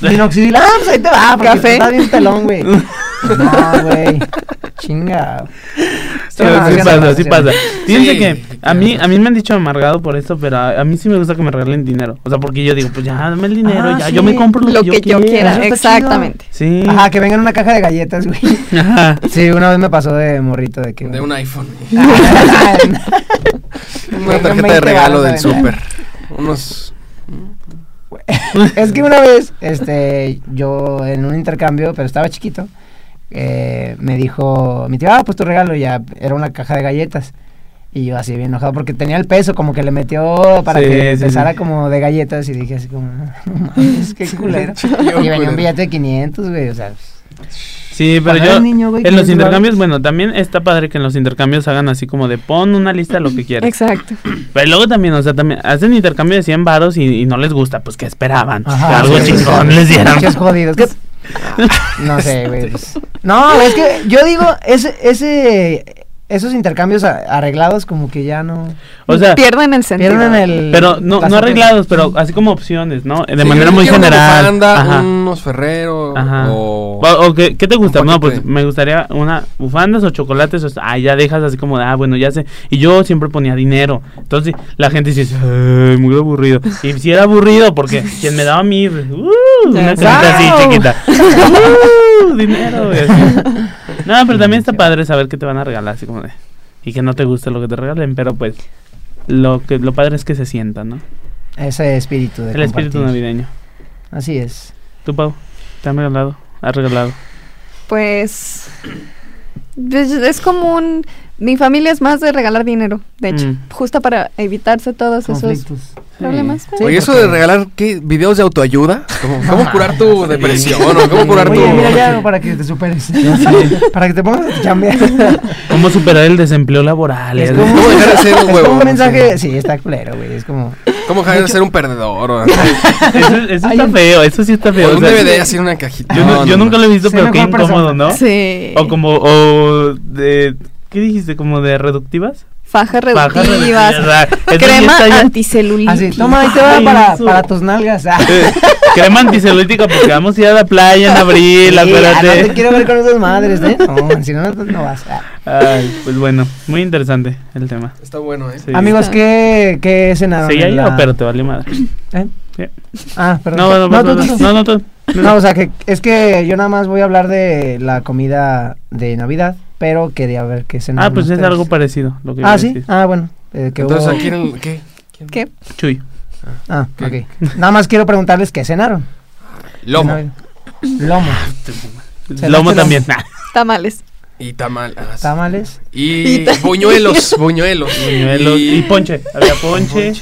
Speaker 1: Minoxidil, ah, pues ahí te va, porque
Speaker 2: Café.
Speaker 1: está bien pelón,
Speaker 2: *laughs*
Speaker 1: güey. No, güey, chinga.
Speaker 3: Sí,
Speaker 1: no,
Speaker 3: sí
Speaker 1: no,
Speaker 3: pasa,
Speaker 1: no,
Speaker 3: sí
Speaker 1: no.
Speaker 3: pasa. Fíjense
Speaker 4: Sí,
Speaker 3: que a
Speaker 4: tienes
Speaker 3: mí,
Speaker 4: razón.
Speaker 3: a mí me han dicho amargado por esto, pero a, a mí sí me gusta que me regalen dinero. O sea, porque yo digo, pues ya dame el dinero,
Speaker 1: Ah,
Speaker 3: ya
Speaker 1: sí.
Speaker 3: yo me compro lo,
Speaker 2: Lo que yo quiera,
Speaker 1: Eso está
Speaker 2: exactamente.
Speaker 3: Sí.
Speaker 1: Ajá, que venga en una caja de galletas, güey.
Speaker 3: Ajá.
Speaker 1: Sí, una vez me pasó de morrito de que...
Speaker 4: De
Speaker 3: *laughs*
Speaker 4: un iPhone. Una
Speaker 1: Vengan
Speaker 4: tarjeta de
Speaker 1: 20
Speaker 4: regalo del
Speaker 1: varos a
Speaker 4: súper.
Speaker 1: vender.
Speaker 4: Unos...
Speaker 1: *laughs* es que una vez, este, yo en un intercambio, pero estaba chiquito, eh, me dijo mi tío, ah, pues tu regalo ya era una caja de galletas. Y yo así bien enojado porque tenía el peso, como que le metió para
Speaker 3: Sí,
Speaker 1: que
Speaker 3: sí,
Speaker 1: pesara
Speaker 3: sí.
Speaker 1: como de galletas y dije así como, no mames, qué culero.
Speaker 4: Chiquillo
Speaker 1: y venía
Speaker 4: culero.
Speaker 1: un billete de 500, güey, o sea,
Speaker 3: Sí, pero
Speaker 1: Cuando
Speaker 3: yo
Speaker 1: eres niño, güey,
Speaker 3: en los
Speaker 1: 500
Speaker 3: intercambios, bueno, también está padre que en los intercambios hagan así como de pon una lista de lo que quieres.
Speaker 2: Exacto.
Speaker 3: Pero luego también, o sea, también hacen intercambio de 100 varos y, y no les gusta, pues que esperaban.
Speaker 1: Ajá, *laughs*
Speaker 3: Algo
Speaker 1: sí, sí,
Speaker 3: chingón
Speaker 1: sí.
Speaker 3: les dieron.
Speaker 1: Pinches
Speaker 3: *laughs*
Speaker 1: jodidos. ¿Qué? No sé, güey.
Speaker 4: *laughs*
Speaker 1: pues. No, es que yo digo, ese, ese, esos intercambios a- arreglados como que ya no...
Speaker 3: O sea,
Speaker 2: pierden el sentido.
Speaker 1: Pierden el...
Speaker 3: pero no,
Speaker 1: la
Speaker 3: no
Speaker 1: sorpresa.
Speaker 3: arreglados, pero así como opciones, ¿no? De manera
Speaker 4: Sí,
Speaker 3: muy
Speaker 4: yo quiero
Speaker 3: general.
Speaker 4: Una bufanda,
Speaker 3: Ajá.
Speaker 4: unos ferreros
Speaker 3: Ajá.
Speaker 4: o...
Speaker 3: O, o qué, qué te gusta?
Speaker 4: Un
Speaker 3: No,
Speaker 4: paquete.
Speaker 3: pues me gustaría una bufandas o chocolates. O sea, ah, ya dejas así como, de, ah, bueno, ya sé. Y yo siempre ponía dinero. Entonces la gente dice, "Ay, muy aburrido. Y si era aburrido, porque quien me daba a mí, uh, una
Speaker 2: Ya sé.
Speaker 3: cosita así
Speaker 1: ¡Wow!
Speaker 3: chiquita. Uh, dinero. güey, así. No, pero también está padre saber qué te van a regalar, así como de. Y que no te guste lo que te regalen, pero pues. Lo, que, lo padre es que se sienta, ¿no?
Speaker 1: Ese espíritu de
Speaker 3: El espíritu
Speaker 1: compartir.
Speaker 3: navideño.
Speaker 1: Así es.
Speaker 3: Tú, Pau, te han regalado. Has regalado.
Speaker 2: Pues es, es común. Mi familia es más de regalar dinero, de hecho,
Speaker 3: Mm.
Speaker 2: justo para evitarse todos esos
Speaker 1: Conflictos.
Speaker 2: problemas.
Speaker 1: Sí,
Speaker 4: Oye, eso
Speaker 1: porque-
Speaker 4: de regalar ¿qué? videos de autoayuda, ¿cómo,
Speaker 1: No
Speaker 4: cómo curar
Speaker 1: *laughs*
Speaker 4: tu depresión o cómo
Speaker 1: Oye,
Speaker 4: curar tu...
Speaker 1: mira ya algo para que te
Speaker 4: *laughs*
Speaker 1: superes. para que te pongas a chambear.
Speaker 3: ¿Cómo superar el desempleo laboral? eh.
Speaker 1: Es
Speaker 3: Es-
Speaker 1: como-
Speaker 4: ¿Cómo dejar de ser un
Speaker 1: es como
Speaker 4: huevón?
Speaker 1: mensaje... Sí, está culero, güey. Es como...
Speaker 4: ¿Cómo dejar de ser un perdedor? *laughs* O,
Speaker 3: Eso, eso
Speaker 1: Hay
Speaker 3: está
Speaker 1: un-
Speaker 3: feo, eso sí está feo.
Speaker 4: o
Speaker 3: o
Speaker 4: un
Speaker 3: sea,
Speaker 4: DVD así en una cajita.
Speaker 3: Yo, no- yo nunca lo he visto,
Speaker 1: Sé
Speaker 3: pero qué
Speaker 1: mejor persona.
Speaker 3: incómodo, ¿no?
Speaker 2: Sí.
Speaker 3: O como, o de, ¿qué dijiste? ¿Como de reductivas? *laughs*
Speaker 2: Fajas
Speaker 3: Fajas
Speaker 2: reductivas.
Speaker 3: reductivas, ah, eso
Speaker 2: crema
Speaker 3: sí está ya-
Speaker 2: anticelulítica.
Speaker 1: Así, toma, ahí te va
Speaker 3: Ay,
Speaker 1: para,
Speaker 3: eso.
Speaker 1: para tus nalgas. *laughs* Ah.
Speaker 3: Eh, crema anticelulítica porque vamos a ir a la playa en abril,
Speaker 1: Sí, ah,
Speaker 3: acuérdate.
Speaker 1: no te quiero ver con esas madres,
Speaker 3: *laughs*
Speaker 1: ¿eh? No, si no, no, no vas. Ah.
Speaker 3: Ay, pues bueno, muy interesante el tema.
Speaker 4: Está bueno, ¿eh?
Speaker 3: Sí.
Speaker 1: Amigos, ¿qué, qué cenaron?
Speaker 3: seguí
Speaker 1: en
Speaker 3: ahí
Speaker 1: la-
Speaker 3: o pero te vale madre.
Speaker 1: ¿Eh?
Speaker 3: Sí.
Speaker 1: Ah, perdón.
Speaker 3: No, no, no, no,
Speaker 1: tú,
Speaker 3: no,
Speaker 1: tú, tú.
Speaker 3: no, no, tú.
Speaker 1: No, o sea, que es que yo nada más voy a hablar de la comida de Navidad, pero quería ver qué cenaron
Speaker 3: Ah, pues es
Speaker 1: ustedes.
Speaker 3: algo parecido. Lo que iba
Speaker 1: Ah,
Speaker 3: a
Speaker 1: ¿sí?
Speaker 3: decir.
Speaker 1: Ah, bueno. eh, que
Speaker 4: Entonces,
Speaker 1: hubo-
Speaker 4: ¿a quién- ¿qué? ¿Quién?
Speaker 2: ¿Qué?
Speaker 3: Chuy.
Speaker 1: Ah,
Speaker 4: ¿Qué?
Speaker 1: ok. Nada más quiero preguntarles qué cenaron.
Speaker 4: Lomo.
Speaker 1: Lomo. Cenaste
Speaker 3: Lomo también.
Speaker 2: Tamales.
Speaker 4: Y tamal. ah, sí.
Speaker 1: Tamales.
Speaker 4: Y
Speaker 2: Y ta-
Speaker 1: *laughs*
Speaker 4: buñuelos, buñuelos.
Speaker 3: Buñuelos *laughs* Y ponche. Había ponche.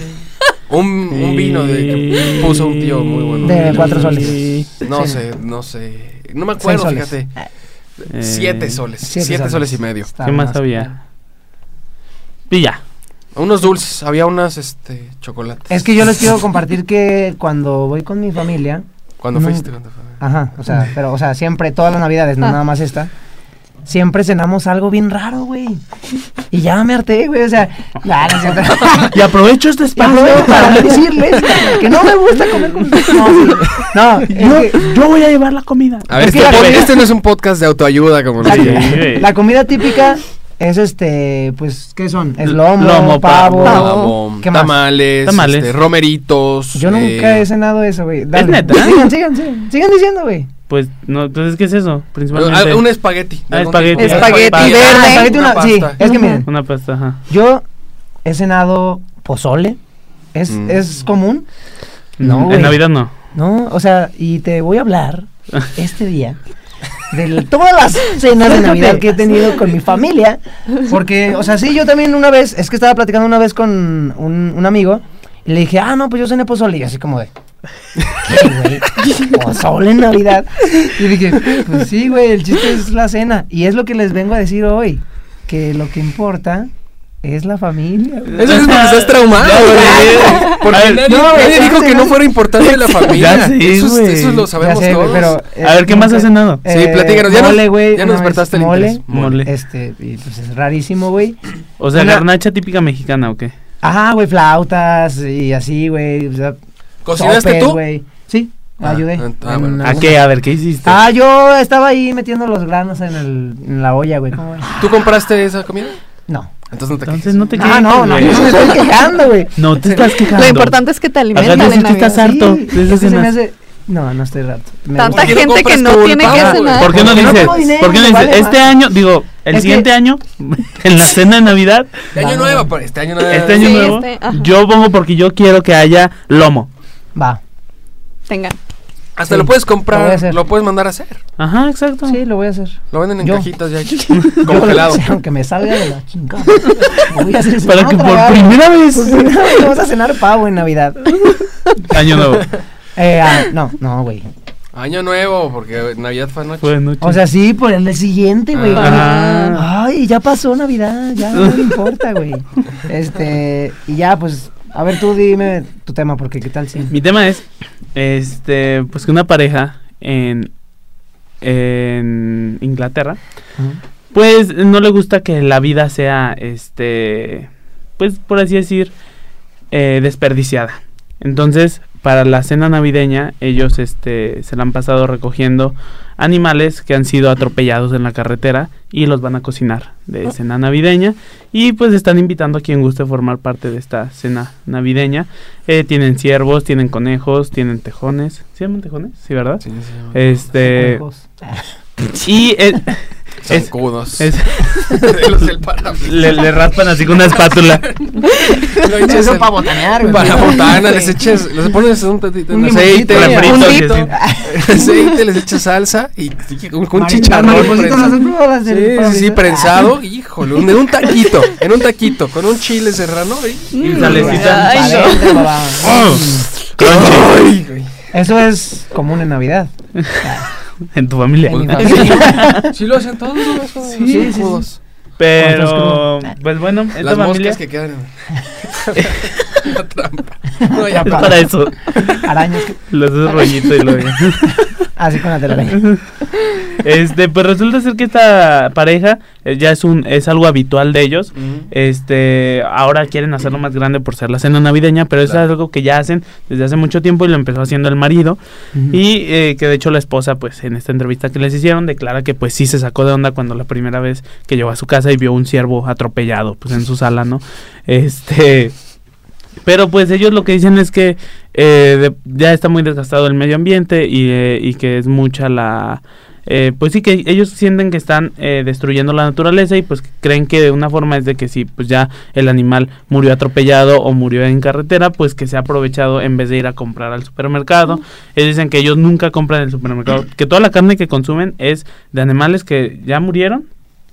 Speaker 4: Un, un vino de, que
Speaker 3: Y-
Speaker 4: puso un tío muy bueno.
Speaker 1: De cuatro
Speaker 3: Y-
Speaker 1: soles.
Speaker 4: No
Speaker 1: Sí.
Speaker 4: sé, no sé. No me acuerdo,
Speaker 1: Seis soles.
Speaker 4: fíjate.
Speaker 3: Eh,
Speaker 4: Siete soles. Siete,
Speaker 1: siete
Speaker 4: soles.
Speaker 1: soles
Speaker 4: y medio.
Speaker 1: Está
Speaker 3: ¿Qué más
Speaker 1: más caro.
Speaker 3: había? Y ya.
Speaker 4: Unos dulces. Había unas, este, chocolates.
Speaker 1: Es que yo les quiero compartir que cuando voy con mi familia,
Speaker 4: Cuando
Speaker 1: nunca-
Speaker 4: fuiste, cuando fue.
Speaker 1: ajá, o *laughs* sea, pero, o sea, siempre, todas las navidades, no
Speaker 2: Ah.
Speaker 1: nada más esta, siempre cenamos algo bien raro, güey. Y ya me harté, güey, o sea, nah, no es *laughs* cierto.
Speaker 3: *laughs* Y aprovecho este
Speaker 1: Y aprovecho
Speaker 3: espacio
Speaker 1: para decirles que no me gusta comer *laughs* con... No, sí. no es que-
Speaker 3: *laughs* Yo, yo voy a llevar la comida.
Speaker 4: A ver,
Speaker 1: Es que
Speaker 4: este,
Speaker 1: la
Speaker 4: pod-
Speaker 1: comida-
Speaker 4: este no es un podcast de autoayuda, como lo
Speaker 1: La,
Speaker 3: Sí,
Speaker 4: dije.
Speaker 3: güey.
Speaker 1: la comida típica es este, pues, ¿qué son? Es lomo,
Speaker 3: Lomo,
Speaker 1: pavo.
Speaker 2: pavo.
Speaker 4: Pavo,
Speaker 1: ¿Qué más?
Speaker 4: tamales,
Speaker 3: Tamales.
Speaker 4: este, romeritos.
Speaker 1: Yo nunca
Speaker 4: eh,
Speaker 1: he cenado eso, güey. Dale.
Speaker 3: neta?
Speaker 1: Sigan, sigan, sigan, sigan diciendo, güey.
Speaker 3: Pues, no, entonces, ¿qué es eso? Principalmente.
Speaker 4: ah, Un espagueti. de
Speaker 3: Ah,
Speaker 4: algún
Speaker 3: espagueti.
Speaker 4: tipo.
Speaker 2: Espagueti
Speaker 4: Ah,
Speaker 2: verde.
Speaker 4: una
Speaker 1: espagueti, una- sí,
Speaker 4: pasta.
Speaker 1: es que
Speaker 2: Ajá.
Speaker 1: miren,
Speaker 3: Una pasta, ajá.
Speaker 1: yo he cenado pozole. ¿Es,
Speaker 4: Mm.
Speaker 1: es común? No,
Speaker 3: No,
Speaker 1: güey.
Speaker 3: Mm, en Navidad no.
Speaker 1: No, o sea, y te voy a hablar este día de todas las cenas de Navidad que he tenido con mi familia. Porque, o sea, sí, yo también una vez, es que estaba platicando una vez con un, un amigo y le dije, ah, no, pues yo cené pozole. Y así como de, ¿qué, güey? Pozole en Navidad. Y dije, pues sí, güey, el chiste es la cena. Y es lo que les vengo a decir hoy, que lo que importa es la familia. güey.
Speaker 4: Eso es porque estás traumado,
Speaker 3: Ya,
Speaker 4: güey.
Speaker 3: güey.
Speaker 4: Porque
Speaker 3: A ver,
Speaker 4: nadie,
Speaker 1: no,
Speaker 4: nadie
Speaker 1: ya
Speaker 4: dijo
Speaker 1: sé,
Speaker 4: que
Speaker 1: *laughs*
Speaker 4: no
Speaker 1: ya
Speaker 4: fuera importante la familia.
Speaker 3: Ya sé,
Speaker 4: eso, es-
Speaker 3: güey.
Speaker 4: eso lo
Speaker 3: Ya
Speaker 1: Ya
Speaker 4: sabemos
Speaker 1: sé, güey,
Speaker 4: todos.
Speaker 1: pero, eh,
Speaker 3: A ver, ¿qué más
Speaker 1: nunca-
Speaker 3: has cenado?
Speaker 4: Sí, platícanos, ya nos-
Speaker 1: Eh, mole, güey,
Speaker 4: ya nos
Speaker 1: una vez
Speaker 4: despertaste el
Speaker 1: mole,
Speaker 4: interés.
Speaker 3: Mole.
Speaker 1: Este, y pues es rarísimo, güey.
Speaker 3: O sea,
Speaker 1: Una-
Speaker 3: garnacha típica mexicana, ¿o qué?
Speaker 1: Ajá, güey, flautas y así, güey. o sea,
Speaker 4: ¿Cocinaste
Speaker 1: sopes,
Speaker 4: tú?
Speaker 1: güey. Sí,
Speaker 4: Ah,
Speaker 1: ayudé.
Speaker 4: ah,
Speaker 1: en
Speaker 4: bueno.
Speaker 1: una-
Speaker 3: ¿A qué? A ver, ¿qué hiciste?
Speaker 1: Ah, yo estaba ahí metiendo los granos en, el, en la olla, güey. ¿cómo ves?
Speaker 4: ¿Tú compraste esa comida?
Speaker 1: No.
Speaker 4: Entonces no te
Speaker 3: Entonces
Speaker 4: quejes.
Speaker 3: no te
Speaker 1: Ah,
Speaker 3: quejes,
Speaker 1: no, no,
Speaker 3: güey.
Speaker 1: yo no me estoy quejando, güey.
Speaker 3: No *laughs* te estás quejando.
Speaker 2: Lo importante es que te
Speaker 3: Acá
Speaker 2: alimentan en
Speaker 3: dices que estás
Speaker 2: Navidad.
Speaker 3: harto.
Speaker 1: Sí,
Speaker 3: de
Speaker 1: es
Speaker 3: esas
Speaker 1: que se me
Speaker 3: cenas.
Speaker 1: hace- No, no estoy rato. Me
Speaker 2: Tanta
Speaker 1: gusta.
Speaker 4: ¿Por qué no
Speaker 2: gente que
Speaker 4: compras
Speaker 2: no
Speaker 4: tú el
Speaker 2: tiene que
Speaker 4: pavo, güey? Este
Speaker 2: cenar.
Speaker 3: ¿Por qué no
Speaker 1: Porque no
Speaker 3: dices?
Speaker 1: tengo dinero,
Speaker 3: ¿Por qué no
Speaker 1: me
Speaker 3: dices?
Speaker 1: vale
Speaker 3: Este
Speaker 1: más.
Speaker 3: año, digo,
Speaker 1: Es
Speaker 3: el
Speaker 1: que-
Speaker 3: siguiente año, *laughs* en la cena de Navidad,
Speaker 4: Este año nuevo, pero este año nuevo.
Speaker 3: este año
Speaker 2: Sí,
Speaker 3: nuevo,
Speaker 2: este, ajá.
Speaker 3: yo pongo porque yo quiero que haya lomo.
Speaker 1: Va.
Speaker 2: Tengan.
Speaker 4: Hasta
Speaker 1: Sí,
Speaker 4: lo puedes
Speaker 1: lo voy a
Speaker 4: comprar, lo,
Speaker 1: hacer.
Speaker 4: puedes mandar a hacer.
Speaker 3: Ajá, exacto.
Speaker 1: Sí, lo voy a hacer.
Speaker 4: Lo venden en
Speaker 1: *laughs* Yo.
Speaker 4: cajitas ya
Speaker 1: Yo,
Speaker 4: congelado.
Speaker 1: o sea, aunque me salga de la
Speaker 3: *laughs*
Speaker 1: chingada. Voy a hacer eso.
Speaker 3: Para
Speaker 1: No,
Speaker 3: que por
Speaker 1: tragar.
Speaker 3: primera Ah, vez. *laughs*
Speaker 1: Pues, *laughs* Vamos a cenar pavo en Navidad.
Speaker 3: Año nuevo.
Speaker 1: Eh, ah, no, no, güey.
Speaker 4: Año nuevo, porque Navidad fue anoche.
Speaker 3: Fue noche.
Speaker 1: O sea, sí, por el siguiente, güey.
Speaker 3: Ah.
Speaker 1: Ay, ya pasó Navidad, ya no me importa, güey. Este, y ya, pues, a ver, tú dime tu tema, porque qué tal si.
Speaker 3: Mi tema es, este, pues que una pareja en, en Inglaterra, pues no le gusta que la vida sea, este, pues por así decir, eh, desperdiciada. Entonces, para la cena navideña, ellos, este, se la han pasado recogiendo animales que han sido atropellados en la carretera y los van a cocinar
Speaker 4: Ah.
Speaker 3: de cena navideña. Y pues están invitando a quien guste formar parte de esta cena navideña. Eh, tienen ciervos, tienen conejos, tienen tejones. ¿Sí llaman tejones? Sí, ¿verdad?
Speaker 4: Sí, sí, sí.
Speaker 1: Eh,
Speaker 3: Este.
Speaker 1: Ojos.
Speaker 4: pues,
Speaker 3: Y eh, es-
Speaker 4: Zancudos.
Speaker 3: es-
Speaker 4: *laughs* De los del parapente.
Speaker 3: le, le raspan así con una espátula.
Speaker 4: *laughs* Lo echas
Speaker 1: Eso
Speaker 4: en-
Speaker 1: para botanear, güey.
Speaker 4: Para botana, les
Speaker 1: Sí.
Speaker 4: echas, les pones un tantito
Speaker 1: Un
Speaker 4: en
Speaker 1: limoncito,
Speaker 4: aceite,
Speaker 1: un ah,
Speaker 3: refrito,
Speaker 4: refrito,
Speaker 3: que sí.
Speaker 4: *laughs* aceite, les echas salsa y y un, un
Speaker 1: Mari-
Speaker 4: chicharrón.
Speaker 1: las maripositas,
Speaker 4: prensado.
Speaker 1: las pruebas
Speaker 4: Sí,
Speaker 1: del-
Speaker 4: sí, sí,
Speaker 1: Ah.
Speaker 4: prensado, híjole, un- en un taquito, en un taquito, con un chile serrano. y-
Speaker 3: Y
Speaker 2: Mm.
Speaker 3: salecita.
Speaker 2: Ay,
Speaker 1: Para
Speaker 2: no.
Speaker 1: adentro,
Speaker 4: *laughs*
Speaker 1: papá.
Speaker 4: Ah.
Speaker 3: Oh, crunchy.
Speaker 4: Ay, güey.
Speaker 1: Eso es común en Navidad.
Speaker 3: En tu familia.
Speaker 1: En mi
Speaker 4: Pues,
Speaker 1: familia.
Speaker 4: Sí lo hacen todos, ¿no? Eso,
Speaker 1: Sí,
Speaker 4: los
Speaker 1: sí, sí.
Speaker 4: zancudos.
Speaker 3: Pero, pues bueno, esta
Speaker 4: Las
Speaker 3: familia *laughs*
Speaker 4: moscas que quedan en la trampa. No, ya
Speaker 3: es
Speaker 4: pa-
Speaker 3: para eso.
Speaker 1: Arañas, que-
Speaker 3: Los dos rollitos y
Speaker 4: *laughs*
Speaker 3: lo
Speaker 1: así con la telaraña.
Speaker 3: Este, pues resulta ser que esta pareja eh, ya es un es algo habitual de ellos.
Speaker 4: Mm.
Speaker 3: Este, ahora quieren hacerlo más grande por ser la cena navideña, pero eso es
Speaker 4: Claro.
Speaker 3: algo que ya hacen desde hace mucho tiempo y lo empezó haciendo el marido. Y eh, que de hecho la esposa, pues en esta entrevista que les hicieron, declara que pues sí se sacó de onda cuando la primera vez que llegó a su casa y vio un ciervo atropellado, pues en su sala, ¿no? Este... Pero pues ellos lo que dicen es que eh, de- ya está muy desgastado el medio ambiente y, eh, y que es mucha la... eh, pues sí que ellos sienten que están eh, destruyendo la naturaleza y pues creen que de una forma es de que si pues ya el animal murió atropellado o murió en carretera, pues que se ha aprovechado en vez de ir a comprar al supermercado. Ellos dicen que ellos nunca compran en el supermercado,
Speaker 1: Mm.
Speaker 3: que toda la carne que consumen es de animales que ya murieron,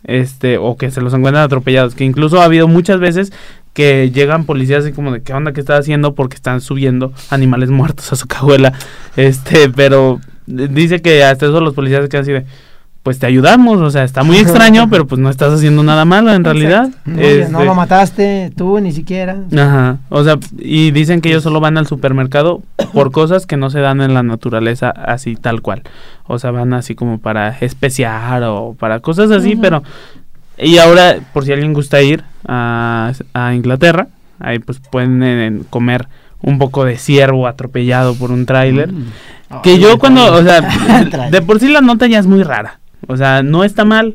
Speaker 3: este, o que se los encuentran atropellados, que incluso ha habido muchas veces que llegan policías y como de qué onda que está haciendo porque están subiendo animales muertos a su cajuela. Este, pero eh, dice que hasta eso los policías quedan así de pues te ayudamos, o
Speaker 1: *laughs*
Speaker 3: sea, está muy extraño, pero pues no estás haciendo nada malo en realidad.
Speaker 1: Oye, no
Speaker 3: Este,
Speaker 1: lo mataste, tú ni siquiera.
Speaker 3: Ajá, o sea, y dicen que ellos solo van al supermercado por cosas que no se dan en la naturaleza así tal cual. O sea, van así como para especiar o para cosas así,
Speaker 2: Ujú.
Speaker 3: pero... Y ahora, por si alguien gusta ir a, a Inglaterra, ahí pues pueden eh, comer un poco de ciervo atropellado por un tráiler. Que yo cuando,
Speaker 1: *laughs*
Speaker 3: o sea, de por sí la nota ya es muy rara. O sea, no está mal,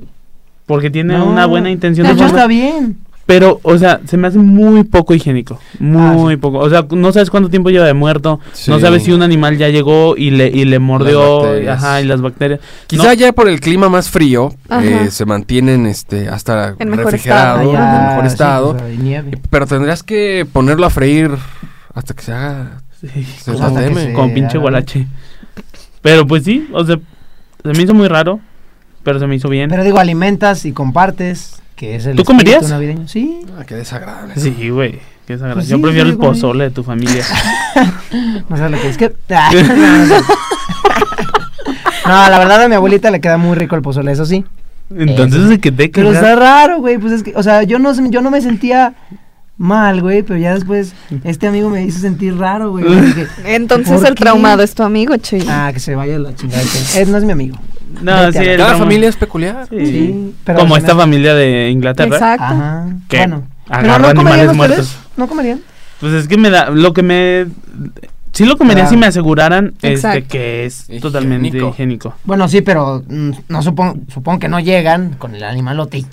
Speaker 3: porque tiene
Speaker 1: No.
Speaker 3: una buena intención.
Speaker 1: De
Speaker 3: de
Speaker 1: hecho,
Speaker 3: forma-
Speaker 1: está bien.
Speaker 3: pero, o sea, se me hace muy poco higiénico.
Speaker 1: Ah,
Speaker 3: Muy poco. O sea, no sabes cuánto tiempo lleva de muerto. No
Speaker 4: Sí.
Speaker 3: sabes si un animal ya llegó y le, y le mordió.
Speaker 4: bacterias.
Speaker 3: ajá, y las bacterias.
Speaker 4: Quizá
Speaker 3: No.
Speaker 4: ya por el clima más frío
Speaker 2: Ajá.
Speaker 4: eh, se mantienen este hasta
Speaker 2: En mejor
Speaker 4: refrigerado,
Speaker 2: estado.
Speaker 1: Allá,
Speaker 4: en mejor
Speaker 3: Ah,
Speaker 1: sí,
Speaker 4: estado.
Speaker 1: pues, hay nieve.
Speaker 4: Pero tendrías que ponerlo a freír hasta que se haga.
Speaker 3: Sí, *laughs*
Speaker 4: Se
Speaker 1: Como que
Speaker 4: tateme.
Speaker 1: se-
Speaker 3: con pinche
Speaker 1: haga-
Speaker 3: gualache. Pero pues sí, o sea, se me hizo muy raro. Pero se me hizo bien.
Speaker 1: Pero digo, alimentas y compartes, que es el
Speaker 3: ¿Tú
Speaker 1: espíritu
Speaker 3: comerías?
Speaker 1: navideño. Sí.
Speaker 4: Ah, qué desagradable.
Speaker 3: Sí, güey. qué desagradable.
Speaker 1: Pues
Speaker 3: Yo
Speaker 1: sí,
Speaker 3: prefiero el
Speaker 1: digo, güey.
Speaker 3: pozole de
Speaker 1: *laughs*
Speaker 3: tu familia.
Speaker 1: No sé lo que es
Speaker 3: *laughs*
Speaker 1: que. Ah, no, no *laughs* sé. No, la verdad a mi abuelita le queda muy rico el pozole, eso sí.
Speaker 3: Entonces, el que te
Speaker 1: Pero
Speaker 3: quedas-
Speaker 1: está raro, güey. Pues es que, o sea, yo no, yo no me sentía mal, güey, pero ya después este amigo me hizo sentir raro,
Speaker 3: *laughs*
Speaker 1: güey. y dije,
Speaker 2: Entonces
Speaker 1: ¿Por
Speaker 2: el
Speaker 1: qué?
Speaker 2: traumado es tu amigo, Chuy.
Speaker 1: Ah, que se vaya la chingada. que- Ed no es mi amigo.
Speaker 3: No,
Speaker 1: Vete
Speaker 3: sí,
Speaker 1: a la-
Speaker 3: el
Speaker 4: Cada
Speaker 3: Ramón.
Speaker 4: familia es peculiar.
Speaker 3: Sí.
Speaker 1: Sí, pero se
Speaker 3: Como
Speaker 1: me
Speaker 3: esta
Speaker 1: hace-
Speaker 3: familia de Inglaterra.
Speaker 2: Exacto.
Speaker 1: Ajá.
Speaker 3: Que
Speaker 1: Bueno.
Speaker 3: agarra animales muertos.
Speaker 1: ¿No comerían?
Speaker 3: Pues es que me da, lo que me, sí lo comería
Speaker 1: Claro.
Speaker 3: si me aseguraran este,
Speaker 2: Exacto.
Speaker 3: que es
Speaker 4: Higiénico.
Speaker 3: totalmente higiénico.
Speaker 1: Bueno, sí, pero mm, no supongo, supongo que no llegan con el animalote. y-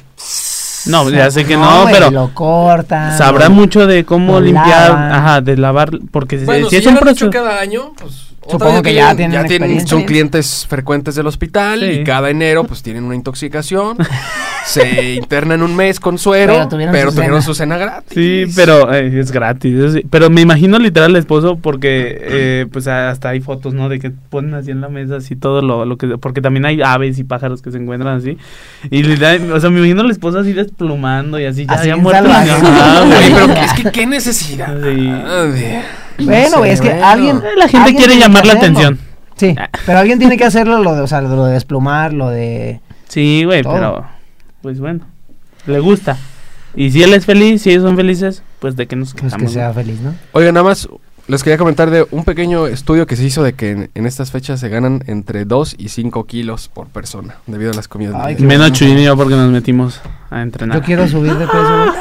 Speaker 3: No, ya sé que no,
Speaker 1: güey,
Speaker 3: pero
Speaker 1: Lo cortan.
Speaker 3: sabrá mucho de cómo
Speaker 1: lo
Speaker 3: limpiar,
Speaker 1: lavan.
Speaker 3: ajá, de lavar, porque si- si, es
Speaker 4: ya
Speaker 3: un
Speaker 4: lo han
Speaker 3: proceso.
Speaker 4: hecho cada año, pues...
Speaker 1: Supongo
Speaker 4: otra
Speaker 1: que ya tienen experiencia.
Speaker 4: son clientes frecuentes del hospital
Speaker 3: Sí.
Speaker 4: y cada enero pues tienen una intoxicación, *laughs* se internan un mes con suero,
Speaker 1: Pero
Speaker 4: pero
Speaker 1: tuvieron
Speaker 4: tuvieron,
Speaker 1: su
Speaker 4: su,
Speaker 1: cena.
Speaker 4: cena. gratis.
Speaker 3: Sí, pero eh, es gratis. eso sí. Pero me imagino literal al esposo porque
Speaker 1: *clears throat*
Speaker 3: eh, pues a- hasta hay fotos, ¿no? De que ponen así en la mesa así todo lo, lo que... Porque también hay aves y pájaros que se encuentran así. Y literal, o sea, me imagino al esposo así desplumando y así. Ya,
Speaker 1: Así
Speaker 3: ya
Speaker 1: bien
Speaker 3: muerto.
Speaker 1: salvaje.
Speaker 3: Ajá,
Speaker 1: *laughs*
Speaker 4: Oye,
Speaker 3: güey.
Speaker 4: pero es que qué necesidad.
Speaker 3: Sí.
Speaker 4: de-
Speaker 1: Bueno, güey, es que
Speaker 4: bueno.
Speaker 1: alguien.
Speaker 3: Eh, La gente
Speaker 1: alguien
Speaker 3: quiere
Speaker 1: tiene que
Speaker 3: llamar la
Speaker 1: hacerlo.
Speaker 3: atención. Ah.
Speaker 1: Sí, pero alguien tiene que hacerlo, lo de, o sea, lo de desplumar, lo de.
Speaker 3: Sí, güey,
Speaker 1: Todo.
Speaker 3: pero pues bueno, le gusta. Y si él es feliz, si ellos son felices, pues de que nos
Speaker 1: Pues
Speaker 3: quejamos.
Speaker 1: que sea
Speaker 3: no?
Speaker 1: feliz, ¿no?
Speaker 4: Oiga, nada más les quería comentar de un pequeño estudio que se hizo de que en, en estas fechas se ganan entre 2 y 5 kilos por persona debido a las comidas.
Speaker 1: Ay,
Speaker 4: navideñas.
Speaker 1: qué
Speaker 3: Menos
Speaker 1: bueno.
Speaker 3: Chuyín y yo porque nos metimos a entrenar.
Speaker 1: Yo quiero subir de peso,
Speaker 3: Ah,
Speaker 1: güey.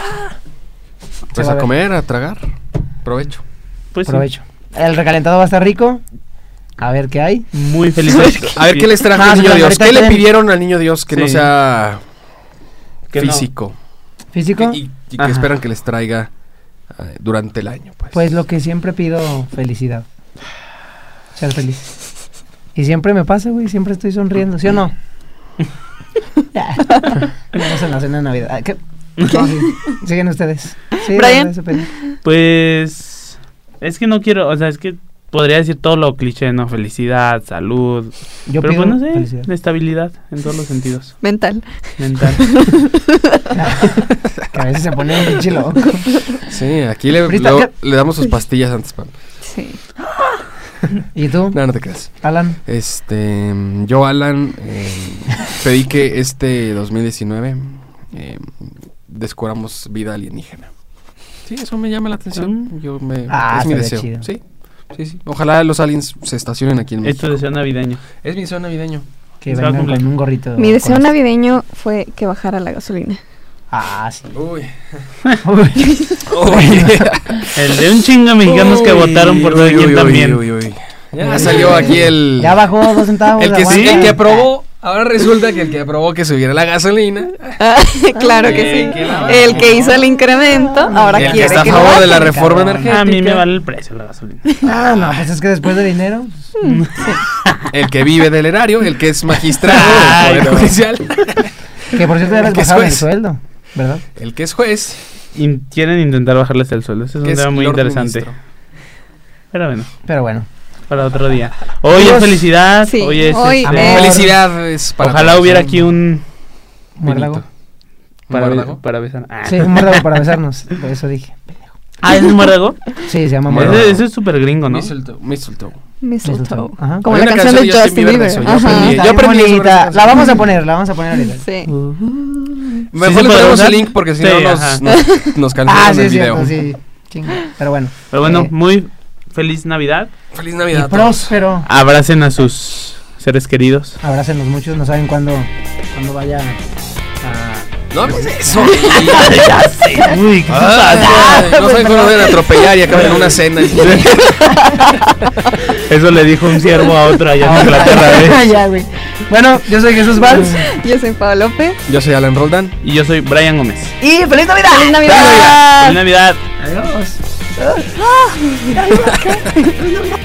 Speaker 1: Se
Speaker 4: pues
Speaker 1: va a
Speaker 4: a
Speaker 1: ver.
Speaker 4: comer, a tragar. Provecho.
Speaker 3: Pues sí,
Speaker 1: Provecho. El recalentado va a estar rico. A ver qué hay. *laughs*
Speaker 3: muy feliz.
Speaker 4: A ver qué les trajo
Speaker 1: No,
Speaker 4: el niño
Speaker 1: señor, Ah,
Speaker 4: Dios.
Speaker 1: ahorita
Speaker 4: ¿Qué le
Speaker 1: tienen-
Speaker 4: pidieron al niño Dios que no
Speaker 3: Sí.
Speaker 4: sea
Speaker 3: Que no.
Speaker 4: físico?
Speaker 1: ¿Físico?
Speaker 4: Y, y que
Speaker 3: Ajá.
Speaker 4: esperan que les traiga eh, durante el año, pues.
Speaker 1: Pues lo que siempre pido, felicidad. Ser feliz. Y siempre me pasa, güey. Siempre estoy sonriendo, ¿sí o
Speaker 4: *laughs*
Speaker 1: no? Vamos en la cena de Navidad. Ah,
Speaker 4: *laughs*
Speaker 1: ¿Qué? No, sí. Siguen ustedes. Sí, la
Speaker 2: Brian.
Speaker 1: verdad, eso pedí.
Speaker 3: Pues es que no quiero, o sea, es que podría decir todo lo cliché, ¿no? Felicidad, salud.
Speaker 1: Yo
Speaker 3: pero
Speaker 1: pido
Speaker 3: pues no sé,
Speaker 1: felicidad. *laughs*
Speaker 3: estabilidad en todos los sentidos.
Speaker 2: Mental.
Speaker 3: Mental.
Speaker 1: Que a veces se pone un pinche loco.
Speaker 4: Sí, aquí le,
Speaker 1: Ahorita,
Speaker 4: lo-
Speaker 1: ¿qué?
Speaker 4: le damos sus pastillas antes, Pam.
Speaker 2: Sí.
Speaker 1: ¿Y tú,
Speaker 4: No, no te creas.
Speaker 1: Alan?
Speaker 4: Este, mm, yo, Alan, eh, pedí que este 2019 eh, descubramos vida alienígena. Sí, eso me llama la atención. Yo me,
Speaker 1: Ah,
Speaker 4: es mi
Speaker 1: estaría
Speaker 4: deseo.
Speaker 1: chido.
Speaker 4: Sí, sí, sí. Ojalá los aliens se estacionen aquí en
Speaker 3: es tu
Speaker 4: México.
Speaker 1: *laughs*
Speaker 3: deseo navideño.
Speaker 4: Es mi deseo navideño.
Speaker 1: Que
Speaker 3: Se va a
Speaker 1: vengan
Speaker 3: cumplir.
Speaker 1: con un gorrito.
Speaker 2: Mi deseo
Speaker 1: con-
Speaker 2: navideño fue que bajara la
Speaker 4: *laughs*
Speaker 2: gasolina.
Speaker 1: Ah, sí.
Speaker 4: Uy.
Speaker 1: Uy,
Speaker 4: *laughs*
Speaker 3: El de un chingo mexicanos que
Speaker 4: Uy,
Speaker 3: votaron por
Speaker 4: uy,
Speaker 3: Daddy
Speaker 4: uy, uy,
Speaker 3: también.
Speaker 4: uy, uy. Ya
Speaker 1: Uy.
Speaker 4: salió aquí el.
Speaker 1: Ya bajó dos centavos.
Speaker 4: El que,
Speaker 1: la
Speaker 4: sí,
Speaker 1: guarda.
Speaker 4: el que aprobó, ahora resulta que el que aprobó que subiera la gasolina,
Speaker 2: Ah, *laughs* claro que
Speaker 4: Eh,
Speaker 2: sí.
Speaker 4: qué bárbaro.
Speaker 2: El que hizo el incremento,
Speaker 1: Ah.
Speaker 2: ahora
Speaker 4: el que
Speaker 2: quiere
Speaker 4: está a
Speaker 2: que lo
Speaker 4: favor de
Speaker 2: baje.
Speaker 4: la reforma
Speaker 1: cabrón.
Speaker 4: energética.
Speaker 3: A mí me vale el precio la gasolina.
Speaker 1: Ah, no, pues es que después de dinero.
Speaker 4: el que vive del erario, el que es magistrado *laughs*
Speaker 3: Ay,
Speaker 4: del Poder
Speaker 3: no.
Speaker 4: Judicial,
Speaker 1: Que por cierto ya les
Speaker 4: ¿Qué es
Speaker 1: bajaron el
Speaker 4: juez?
Speaker 1: sueldo, ¿verdad?
Speaker 4: el que es juez,
Speaker 3: *laughs* Y quieren intentar bajarles el sueldo. Ese es
Speaker 4: que
Speaker 3: un
Speaker 4: es
Speaker 3: tema muy
Speaker 4: Lord
Speaker 3: interesante.
Speaker 4: Ministro.
Speaker 3: Pero bueno,
Speaker 1: Pero bueno.
Speaker 3: para otro día. Hoy es
Speaker 1: Amigos,
Speaker 3: felicidad.
Speaker 2: sí,
Speaker 3: Hoy es.
Speaker 2: hoy
Speaker 3: este,
Speaker 2: es-
Speaker 4: Felicidades para
Speaker 3: Ojalá
Speaker 4: todos,
Speaker 3: hubiera
Speaker 4: un
Speaker 3: aquí un.
Speaker 1: Muérdago.
Speaker 4: vinito. ¿Un
Speaker 3: Para,
Speaker 4: guardago?
Speaker 3: para besar. Ah.
Speaker 1: Sí, un muérdago para besarnos. Por eso dije.
Speaker 3: *laughs* Ah, ¿es un muérdago?
Speaker 1: Sí, se llama
Speaker 4: Muérdago.
Speaker 1: muérdago.
Speaker 3: Ese, ese es súper gringo, ¿no?
Speaker 4: Mistletoe, mistletoe.
Speaker 2: Mistletoe.
Speaker 1: Ajá.
Speaker 2: Como
Speaker 4: Hay
Speaker 2: la
Speaker 4: una
Speaker 2: canción de Justin Bieber.
Speaker 4: de eso, yo
Speaker 3: Ah,
Speaker 2: Ajá.
Speaker 4: aprendí-
Speaker 1: Está
Speaker 4: yo
Speaker 1: bien
Speaker 4: aprendí sobre
Speaker 1: bonita.
Speaker 4: esa
Speaker 1: La vamos a
Speaker 4: canción.
Speaker 1: poner, la vamos a poner ahorita.
Speaker 2: Sí.
Speaker 4: Mejor
Speaker 3: se
Speaker 4: le
Speaker 3: puede
Speaker 4: ponemos
Speaker 3: usar?
Speaker 4: el link porque si
Speaker 3: Sí,
Speaker 4: no
Speaker 3: ajá.
Speaker 4: nos, nos, nos cancelan
Speaker 1: Ah, sí,
Speaker 4: el
Speaker 1: es
Speaker 4: video.
Speaker 1: cierto, sí. Chinga. Pero bueno.
Speaker 3: Pero bueno,
Speaker 1: Eh,
Speaker 3: muy feliz Navidad.
Speaker 4: Feliz
Speaker 1: y
Speaker 4: Navidad. a todos.
Speaker 1: próspero.
Speaker 3: Abracen a sus seres queridos.
Speaker 1: Abrácenos muchos, no saben cuándo, cuándo vaya a...
Speaker 4: *laughs* No, pues eso.
Speaker 3: Uy, ¿qué
Speaker 4: Ah, no saben cómo deben atropellar y acaban en una cena.
Speaker 3: Eso le dijo un ciervo a
Speaker 1: *laughs*
Speaker 3: otro
Speaker 2: *laughs*
Speaker 3: allá en Inglaterra. ¿eh?
Speaker 1: Ah, ya, güey. Bueno, yo soy Jesús Valls
Speaker 2: Yo soy Pablo López.
Speaker 4: Yo soy Alan Roldán.
Speaker 3: Y yo soy Brian Gómez.
Speaker 1: y feliz Navidad.
Speaker 2: ¡Feliz Navidad!
Speaker 3: Feliz Navidad.
Speaker 1: Adiós.